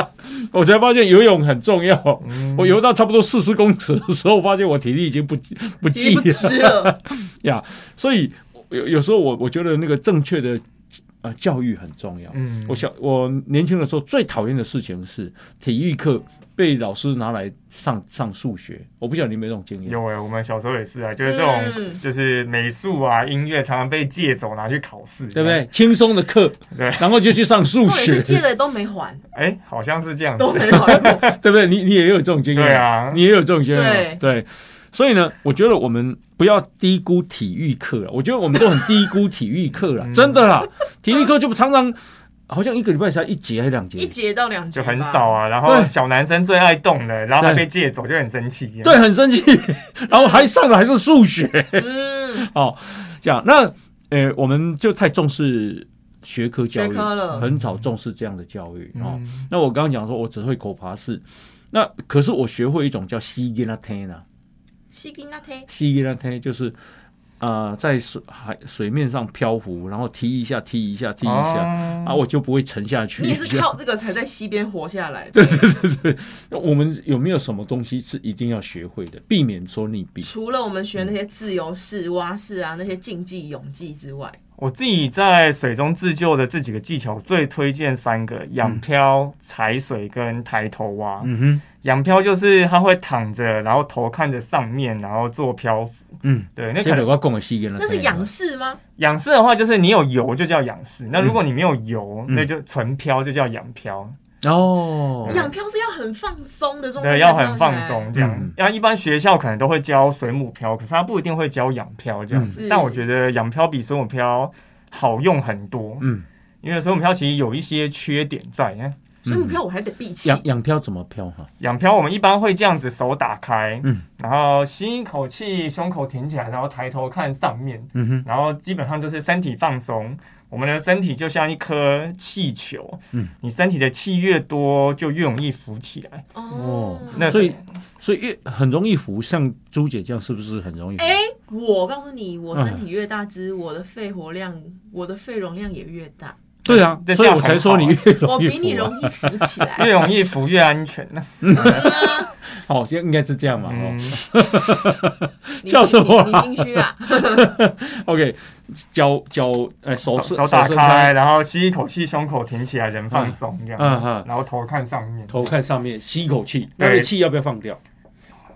S1: 我才发现游泳很重要。
S2: 嗯
S1: 我游到差不多四十公尺的时候，发现我体力已经不不济
S3: 你不
S1: 了。
S3: 吃了，
S1: 呀所以有有时候我我觉得那个正确的呃教育很重要。
S2: 嗯
S1: 我小我年轻的时候最讨厌的事情是体育课被老师拿来上上数学，我不晓得你有没有这种经验。
S2: 有哎、我们小时候也是啊，就是这种，
S3: 嗯
S2: 就是美术啊、音乐常常被借走拿去考试，
S1: 对不对？？轻松的课，
S2: 对
S1: 然后就去上数
S3: 重点
S1: 学
S3: 是，借了都没还，
S2: 哎、好像是这样子
S3: 都。没还过。
S1: 对不对？你你也有这种经验，
S2: 对，啊，
S1: 你也有这种经验，对。所以呢，我觉得我们不要低估体育课了。我觉得我们都很低估体育课了，
S2: 嗯
S1: 真的啦。体育课就常常好像一个礼拜才一节还是两节，
S3: 一节到两节
S2: 就
S3: 吧
S2: 很少。啊。然后
S1: 对
S2: 小男生最爱动的，然后还被借走，就很生
S3: 啊
S2: 气。
S1: 对，，很生气， 然后还上的还是数学
S3: 嗯，
S1: 哦，这样那呃，我们就太重视学科教
S3: 学
S1: 育，
S3: 科了，
S1: 很少重视这样的教育哦。
S2: 嗯，
S1: 那我刚刚讲说，我只会口爬式，那可是我学会一种叫西吉拉天啊，
S3: 西吉那天
S1: 西吉拉天就是。呃，在水海水面上漂浮，然后踢一下，踢一下，踢一下，啊，
S2: 啊
S1: 我就不会沉下去。
S3: 哦你 也是靠这个才在西边活下来的，
S1: 我们有没有什么东西是一定要学会的，避免说溺毙？
S3: 除了我们学那些自由式、蛙式啊那些竞技泳技之外，
S2: 我自己在水中自救的这几个技巧，最推荐三个：仰漂、踩水跟抬头蛙。
S1: 嗯
S2: 仰漂就是他会躺着，然后头看着上面，然后做漂浮。
S1: 哼，嗯，
S2: 对，那
S1: 这
S2: 可
S1: 个
S2: 能
S1: 我讲的西吉拉天
S3: 那
S1: 啊，
S3: 是仰式吗？
S2: 仰视的话，就是你有油就叫仰视，那如果你没有油，
S1: 嗯
S2: 那就纯漂就叫仰漂。
S1: 哦，
S3: 仰漂是要很放松的状态，
S2: 对，要很放。松
S1: 嗯
S2: 这样。然后一般学校可能都会教水母漂，可是他不一定会教仰漂这样
S3: 嗯
S2: 子。但我觉得仰漂比水母漂好用很多，
S1: 嗯，
S2: 因为水母漂其实有一些缺点在。嗯
S3: 所以目标我还得闭气，
S1: 养养漂怎么漂哈？
S2: 仰漂我们一般会这样子手打开，
S1: 嗯
S2: 然后吸一口气，胸口挺起来，然后抬头看上面，
S1: 嗯哼，
S2: 然后基本上就是身体放松。我们的身体就像一颗气球，
S1: 嗯
S2: 你身体的气越多，就越容易浮起 来。
S3: 哦，
S2: 那
S1: 所以
S2: 是
S1: 所以越很容易浮，像朱姐这样是不是很容易浮？
S3: 哎、我告诉你，我身体越大只，我的肺活量、我的肺容量也越大。
S1: 对啊，
S2: 这
S1: 所以
S2: 这样
S1: 我才说
S2: 很
S1: 你
S2: 好啊
S1: 越容
S3: 我
S1: 易
S3: 比
S1: 浮
S3: 你
S1: 啊
S3: 容易浮起来。
S2: 越容易浮越安全 呢、
S1: 哦，现在应该是这样嘛。
S2: 嗯
S1: 哦，
S3: 你
S1: 笑什么啊
S3: 你你心虚啊？
S1: ，OK，脚脚呃手
S2: 手
S1: 是
S2: 手打
S1: 伸
S2: 开，，然后吸一口气，胸口挺起来，人放松这样，
S1: 嗯嗯
S2: 然后头看上面。
S1: 头看上面，吸一口气，那
S2: 对
S1: 个气要不要放掉？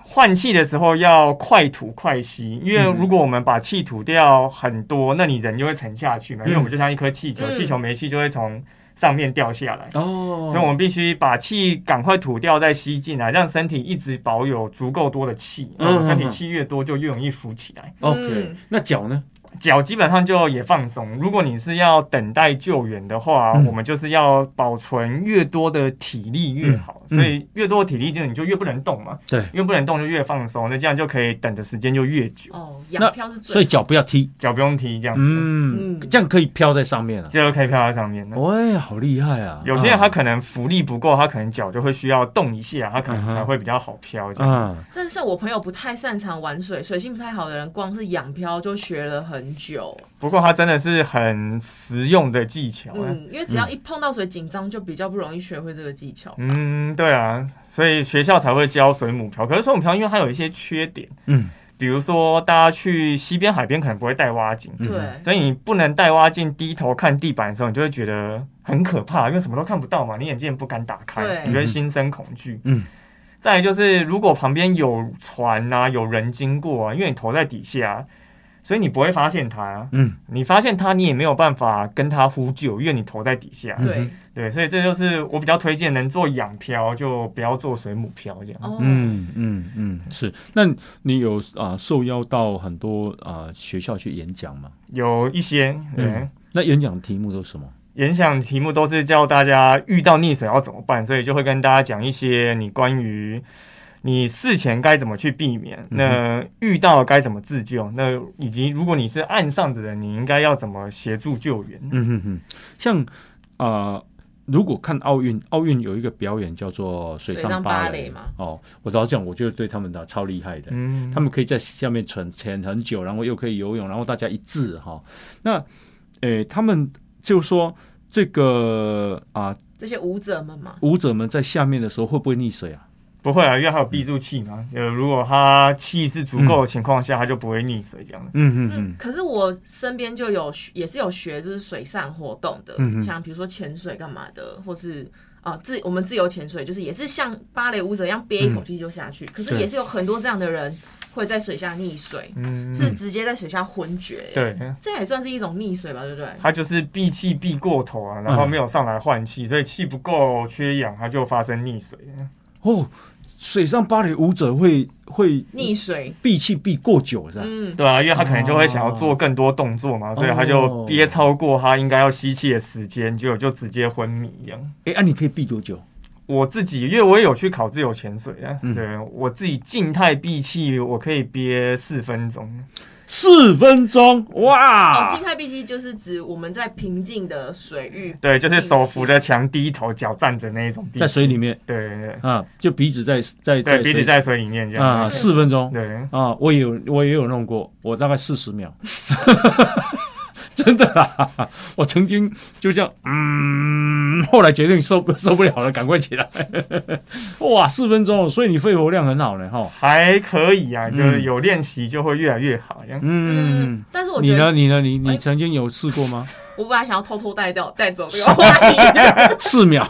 S2: 换气的时候要快吐快吸，因为如果我们把气吐掉很多，那你人就会沉下去嘛，因为我们就像一颗气球，
S3: 嗯
S2: 气球没气就会从上面掉下来。
S1: 哦
S2: 所以我们必须把气赶快吐掉，再吸进来，让身体一直保有足够多的气。
S1: 嗯
S2: 嗯，身体
S1: 嗯
S2: 气越多，就越容易浮起来。
S1: OK，
S3: 嗯
S1: 那脚呢？
S2: 脚基本上就也放松。如果你是要等待救援的话，
S1: 嗯
S2: 我们就是要保存越多的体力越好，
S1: 嗯嗯
S2: 所以越多的体力就你就越不能动嘛，
S1: 对，
S2: 越不能动就越放松，那这样就可以等的时间就越久，
S3: 哦，
S1: 那
S3: 养票是
S1: 所
S3: 最
S1: 以脚不要踢，
S2: 脚不用踢这样子，
S1: 嗯，
S3: 嗯
S1: 这样可以飘在上面啊。
S2: 这就可以飘到上面了。
S1: 喂，好厉害啊！
S2: 有些人他可能浮力不够，他可能脚就会需要动一下，他可能
S1: 嗯哼
S2: 才会比较好飘这样。
S1: 啊，
S3: 但是我朋友不太擅长玩水，水性不太好的人，光是仰漂就学了很久。
S2: 不过他真的是很实用的技巧、啊。
S3: 嗯，因为只要一碰到水紧张，就比较不容易学会这个技巧。
S2: 嗯，对啊，所以学校才会教水母漂。可是水母漂因为它有一些缺点，
S1: 嗯，
S2: 比如说大家去西边海边可能不会带蛙镜，
S1: 嗯
S3: 对，
S2: 所以你不能带蛙镜低头看地板的时候，你就会觉得很可怕，因为什么都看不到嘛，你眼睛也不敢打开，
S3: 对
S2: 你就会心生恐惧。
S1: 嗯，
S2: 再来就是如果旁边有船啊，有人经过啊，因为你头在底下。啊所以你不会发现它、啊
S1: 嗯，
S2: 你发现它，你也没有办法跟它呼救，因为你头在底下。
S1: 嗯
S3: 对，
S2: 对，所以这就是我比较推荐能做仰漂就不要做水母漂这样。
S3: 哦，
S1: 嗯嗯嗯，是。那你有啊、受邀到很多啊、学校去演讲吗？
S2: 有一些
S1: 嗯
S2: 对
S1: 那演讲题目都是什么？
S2: 演讲题目都是教大家遇到溺水要怎么办，所以就会跟大家讲一些你关于你事前该怎么去避免，
S1: 嗯
S2: 那遇到该怎么自救，那以及如果你是岸上的人，你应该要怎么协助救援。
S1: 嗯哼哼，像啊、呃如果看奥运，奥运有一个表演叫做水
S3: 水
S1: 上
S3: 上
S1: 芭
S3: 芭
S1: 蕾
S3: 蕾嘛。
S1: 哦，我老实讲，我觉得对他们的超厉害的。
S2: 嗯，
S1: 他们可以在下面存潜很久，然后又可以游泳，然后大家一致哈、那，诶，他们就说这个啊、
S3: 这些舞者们嘛，
S1: 舞者们在下面的时候会不会溺水啊？
S2: 不会啊，因为他有闭住气嘛。
S1: 嗯
S2: 呃，如果他气是足够的情况下，他就不会溺水这样的。
S1: 嗯
S3: 嗯，可是我身边就有学也是有学就是水上活动的，
S1: 嗯哼
S3: 像比如说潜水干嘛的，或是啊、自我们自由潜水，就是也是像芭蕾舞者一样憋一口气就下去。可是
S1: 嗯对
S3: 也是有很多这样的人会在水下溺水，
S2: 嗯，
S3: 是直接在水下昏厥、
S2: 对。
S3: 这也算是一种溺水吧，对不对？
S2: 他就是闭气闭过头啊，然
S1: 嗯
S2: 后没有上来换气，所以气不够缺氧，他就发生溺水。
S1: 哦，水上芭蕾舞者会会
S3: 溺水，
S1: 闭气闭过久是吧？
S3: 嗯，
S2: 对啊，因为他可能就会想要
S1: 哦
S2: 做更多动作嘛，所以他就憋超过他应该要吸气的时间，结果就直接昏迷一样。
S1: 诶，啊，你可以闭多久？
S2: 我自己，因为我也有去考自由潜水啊，
S1: 嗯
S2: 对我自己静态闭气，我可以憋四分钟。
S1: 四分钟哇啊
S3: 哦，！静态闭气就是指我们在平静的水域，
S2: 对，就是手扶着墙，低头，脚站着那一种闭气
S1: 在水里。面
S2: 对对
S1: 啊，就鼻子在在
S2: 对，对鼻
S1: 水
S2: 子在水里面这样。
S1: 啊，四分钟
S2: 对。
S1: 啊，我也有我也有弄过，我大概四十秒， 真的啦， 我曾经就这样，嗯，后来决定受不受不了了，赶快起来， 哇，四分钟，所以你肺活量很好呢，哈，
S2: 还可以啊，就是有练习就会越来越好。这样
S1: 嗯，
S3: 但是我
S1: 你
S3: 觉
S1: 呢？
S3: 得
S1: 你呢？你你
S3: 哎
S1: 曾经有试过吗？
S3: 我本来想要偷偷带掉 带走这个话题。
S1: 四秒，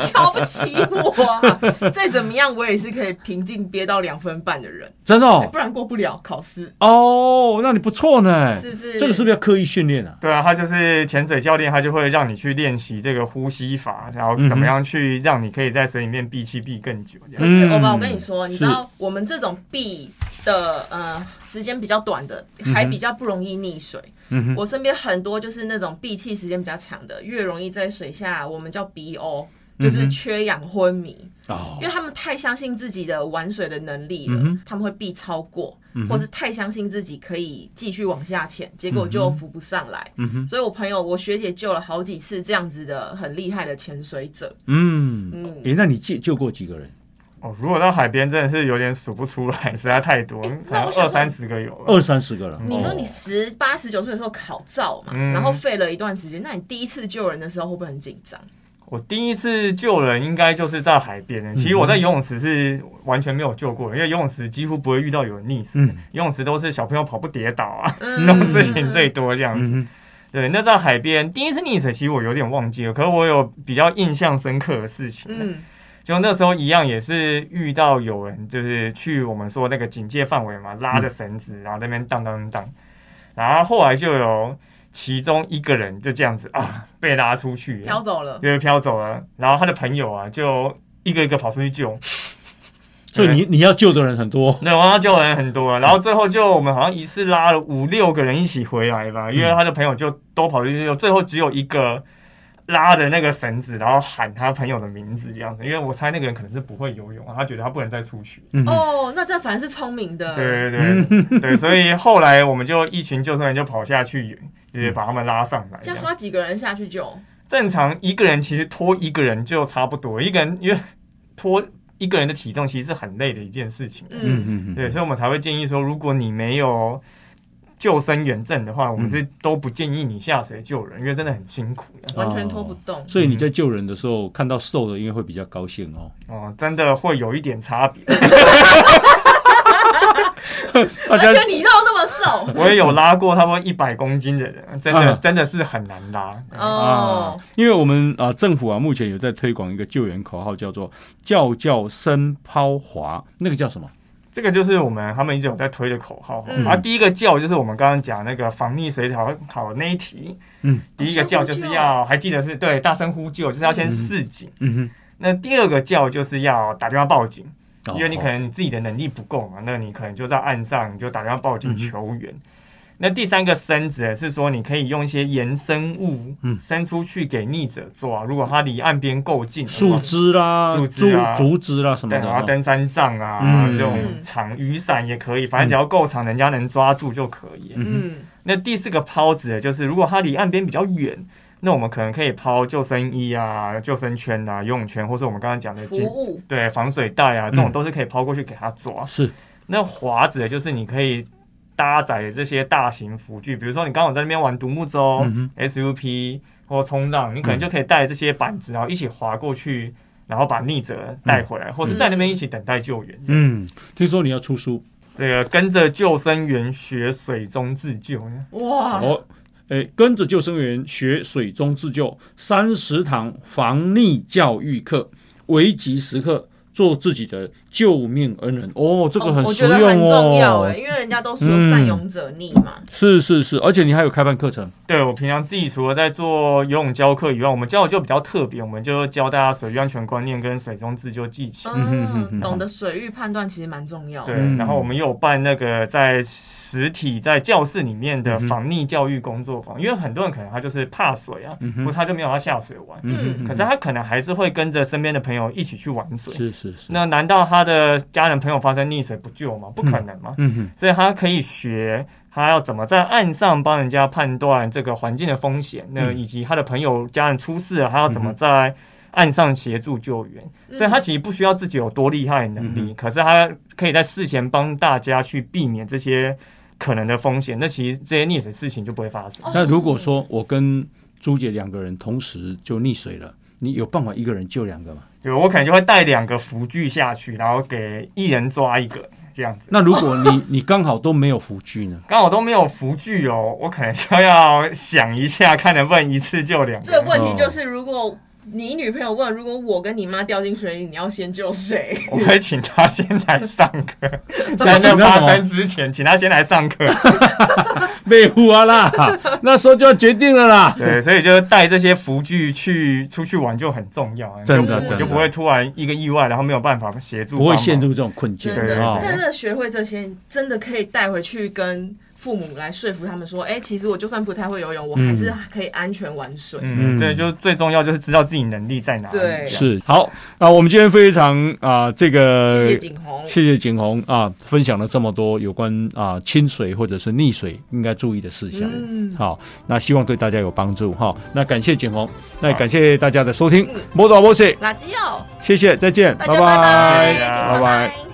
S3: 瞧不起我啊！再怎么样，我也是可以平静憋到两分半的人，哎
S1: 真的哦
S3: 不然过不了考试，
S1: 哦，那你不错呢，
S3: 是不是？
S1: 这个是不是要刻意训练啊？
S2: 对啊，他就是潜水教练，他就会让你去练习这个呼吸法，然后怎么样去让你可以在水里面闭气闭更久。这
S3: 可
S2: 样，
S3: 是欧巴，
S1: 嗯
S3: 我跟你说，你
S1: 是
S3: 知道我们这种闭的呃时间比较短的，还比较不容易溺水。
S1: 嗯哼
S3: 我身边很多就是那种闭气时间比较长的，越容易在水下，我们叫 BO，就是缺氧昏迷。
S1: 嗯哦
S3: 因为他们太相信自己的玩水的能力了，
S1: 嗯哼
S3: 他们会必超过，
S1: 嗯哼
S3: 或是太相信自己可以继续往下潜，结果就浮不上来。
S1: 嗯哼
S3: 所以我朋友，我学姐救了好几次这样子的很厉害的潜水者。
S1: 嗯，
S3: 嗯，
S1: 诶，那你救救过几个人？
S2: 哦，如果到海边真的是有点数不出来，实在太多，可能
S3: 我想
S2: 二三十个有了。
S1: 二三十个了。哦
S3: 你说你十八十九岁的时候考照嘛，
S2: 嗯
S3: 然后废了一段时间，那你第一次救人的时候会不会很紧 张？
S2: 我第一次救人应该就是在海边
S1: 嗯
S2: 的，其实我在游泳池是完全没有救过的，因为游泳池几乎不会遇到有人溺死，
S1: 嗯
S2: 游泳池都是小朋友跑步跌倒啊，
S3: 嗯
S2: 这种事情最多这样子。
S1: 嗯
S2: 对，那在海边第一次溺水，其实我有点忘记了，可是我有比较印象深刻的事情。
S3: 嗯
S2: 就那时候一样也是遇到有人就是去我们说那个警戒范围嘛，拉
S3: 嗯
S2: 着绳子，然后在那边荡荡荡，然后后来就有其中一个人就这样子啊被拉出去，
S3: 飘走了，
S2: 就是飘走了，然后他的朋友啊就一个一个跑出去救，
S1: 所以你你要救的人很多，
S2: 对，然后他救人很多啊，然后最后就我们好像一次拉了五六个人一起回来吧，
S3: 嗯
S2: 因为他的朋友就都跑出去救，最后只有一个。拉着那个绳子，然后喊他朋友的名字这样子，因为我猜那个人可能是不会游泳啊，他觉得他不能再出去。
S1: 嗯哼
S3: 哦，那这反而是聪明的，
S2: 对对对对，所以后来我们就一群救生员就跑下去，就是把他们拉上来。这
S3: 这样
S2: 样
S3: 花几个人下去救，
S2: 正常一个人其实拖一个人就差不多，一个人因为拖一个人的体重其实是很累的一件事情。
S3: 嗯，
S1: 嗯
S2: 对，所以我们才会建议说，如果你没有救生员证的话，我们
S1: 嗯
S2: 是都不建议你下水救人，因为真的很辛苦的。
S3: 完
S1: 哦
S3: 全拖不动。
S1: 所以你在救人的时候看到瘦的，应该会比较高兴 哦。
S2: 哦，真的会有一点差别。
S1: 大
S2: 啊
S1: 家
S3: 而且你肉那 么瘦，
S2: 我也有拉过差不多一百公斤的人，真的
S1: 嗯
S2: 真的是很难拉。嗯
S3: 哦，
S1: 因为我们啊、政府啊，目前有在推广一个救援口号，叫做“叫叫生抛滑”，那个叫什么？
S2: 这个就是我们他们一直有在推的口号。
S3: 嗯
S2: 然后第一个叫就是我们刚刚讲那个防溺水考考那一题，
S1: 嗯，
S2: 第一个叫就是要还记得是对大声呼救，就是要先示警。
S1: 嗯
S2: 那第二个叫就是要打电话报警，
S1: 哼
S2: 因为你可能你自己的能力不够嘛，那你可能就在岸上你就打电话报
S1: 嗯
S2: 警
S1: 哼
S2: 求援。那第三个伸指呢是说，你可以用一些延伸物
S1: 嗯
S2: 伸出去给溺者抓，如果他离岸边够近，
S1: 树枝啦、
S2: 树
S1: 竹
S2: 枝啊
S1: 竹枝啦什么
S2: 对，
S1: 的
S2: 然后
S1: 哦，
S2: 登山杖啊，
S1: 嗯
S2: 这种长雨伞也可以，反正只要够长，人家能抓住就可以。
S3: 嗯，
S2: 那第四个抛子就是，如果它离岸边比较远，那我们可能可以抛救生衣啊、救生圈啊、游泳圈，或是我们刚刚讲的
S3: 服
S2: 紧
S3: 务
S2: 对防水袋啊，
S1: 嗯
S2: 这种都是可以抛过去给它抓。
S1: 是
S2: 那滑子就是你可以搭载这些大型辅具，比如说你刚好在那边玩独木舟、
S1: 嗯
S2: SUP 或冲浪，你可能就可以带这些板子，然后一起滑过
S1: 嗯
S2: 去，然后把逆者带回来，或是在那边一起等待救援。
S1: 嗯，听说你要出书
S2: 这个跟着救生员学水中自救，
S3: 哇，
S1: 哦。诶，跟着救生员学水中自救，三十堂防溺教育课，危急时刻做自己的救命恩人哦，这个很
S3: 我
S1: 实
S3: 觉得
S1: 用哦。嗯
S3: 很重要哎，因为人家都说善勇者逆嘛，
S1: 是是是，而且你还有开办课程，
S2: 对我平常自己除了在做游泳教课以外，我们教的就比较特别，我们就教大家水域安全观念跟水中自救技巧。
S1: 嗯哼哼哼
S3: 嗯，懂得水域判断其实蛮重要的
S2: 对，。
S1: 嗯
S2: 然后我们也有办那个在实体在教室里面
S1: 嗯
S2: 的防溺教育工作坊，因为很多人可能他就是怕水啊，
S1: 嗯
S2: 不
S1: 哼
S2: 是他就没有要下水玩，
S1: 嗯哼
S2: 可是他可能还是会跟着身边的朋友一起去玩水。
S1: 是是是，
S2: 那难道他的家人朋友发生溺水不救吗？不可能嘛！
S1: 嗯哼，
S2: 所以他可以学他要怎么在岸上帮人家判断这个环境的风险，那
S1: 嗯
S2: 以及他的朋友家人出事了，他要怎么在岸上协助救援。
S3: 嗯
S2: 所以他其实不需要自己有多厉害的能
S1: 嗯
S2: 力，可是他可以在事前帮大家去避免这些可能的风险，那其实这些溺水事情就不会发生。
S3: 哦
S1: 那如果说我跟朱姐两个人同时就溺水了，你有办法一个人救两个吗？
S2: 对，我可能就会带两个浮具下去，然后给一人抓一个这样子。
S1: 那如果 你你刚好都没有辅具呢？
S2: 刚好都没有浮具哦，我可能就要想一下，看能不能一次救两个。
S3: 这个问题就是，如果你女朋友问，如果我跟你妈掉进水里，你要先救谁？
S2: 我会请他先来上课，在那发生之前，请他先来上课。
S1: 被呼啊啦， 那时候就要决定了 啦。
S2: 对，所以就带这些服具去出去玩就很重要，
S1: 真的
S2: 你就不
S1: 真的
S2: 你就不会突然一个意外，然后没有办法协助，
S1: 不会陷入。这种困境
S3: 真
S2: 对对
S3: 的
S2: 对，
S1: 哦
S3: 但是学会这些，真的可以带回去跟
S5: 父母来说服他们说，哎、其实我就算不太会游泳，我还是可以安全玩水。
S2: 嗯，
S1: 嗯
S2: 对，就最重要就是知道自己能力在哪里。
S5: 对
S2: 这样
S1: 是好啊、我们今天非常啊、这个
S5: 谢谢景洪，
S1: 谢谢景洪啊，分享了这么多有关啊亲水或者是溺水应该注意的事项。
S5: 嗯
S1: 好，那希望对大家有帮助哈。那感谢景洪，那也
S2: 好
S1: 感谢大家的收听
S5: 嗯，
S1: 摩导摩西，
S5: 垃圾哦，
S1: 谢谢，再见，
S5: 大家拜拜，景洪
S1: 拜拜。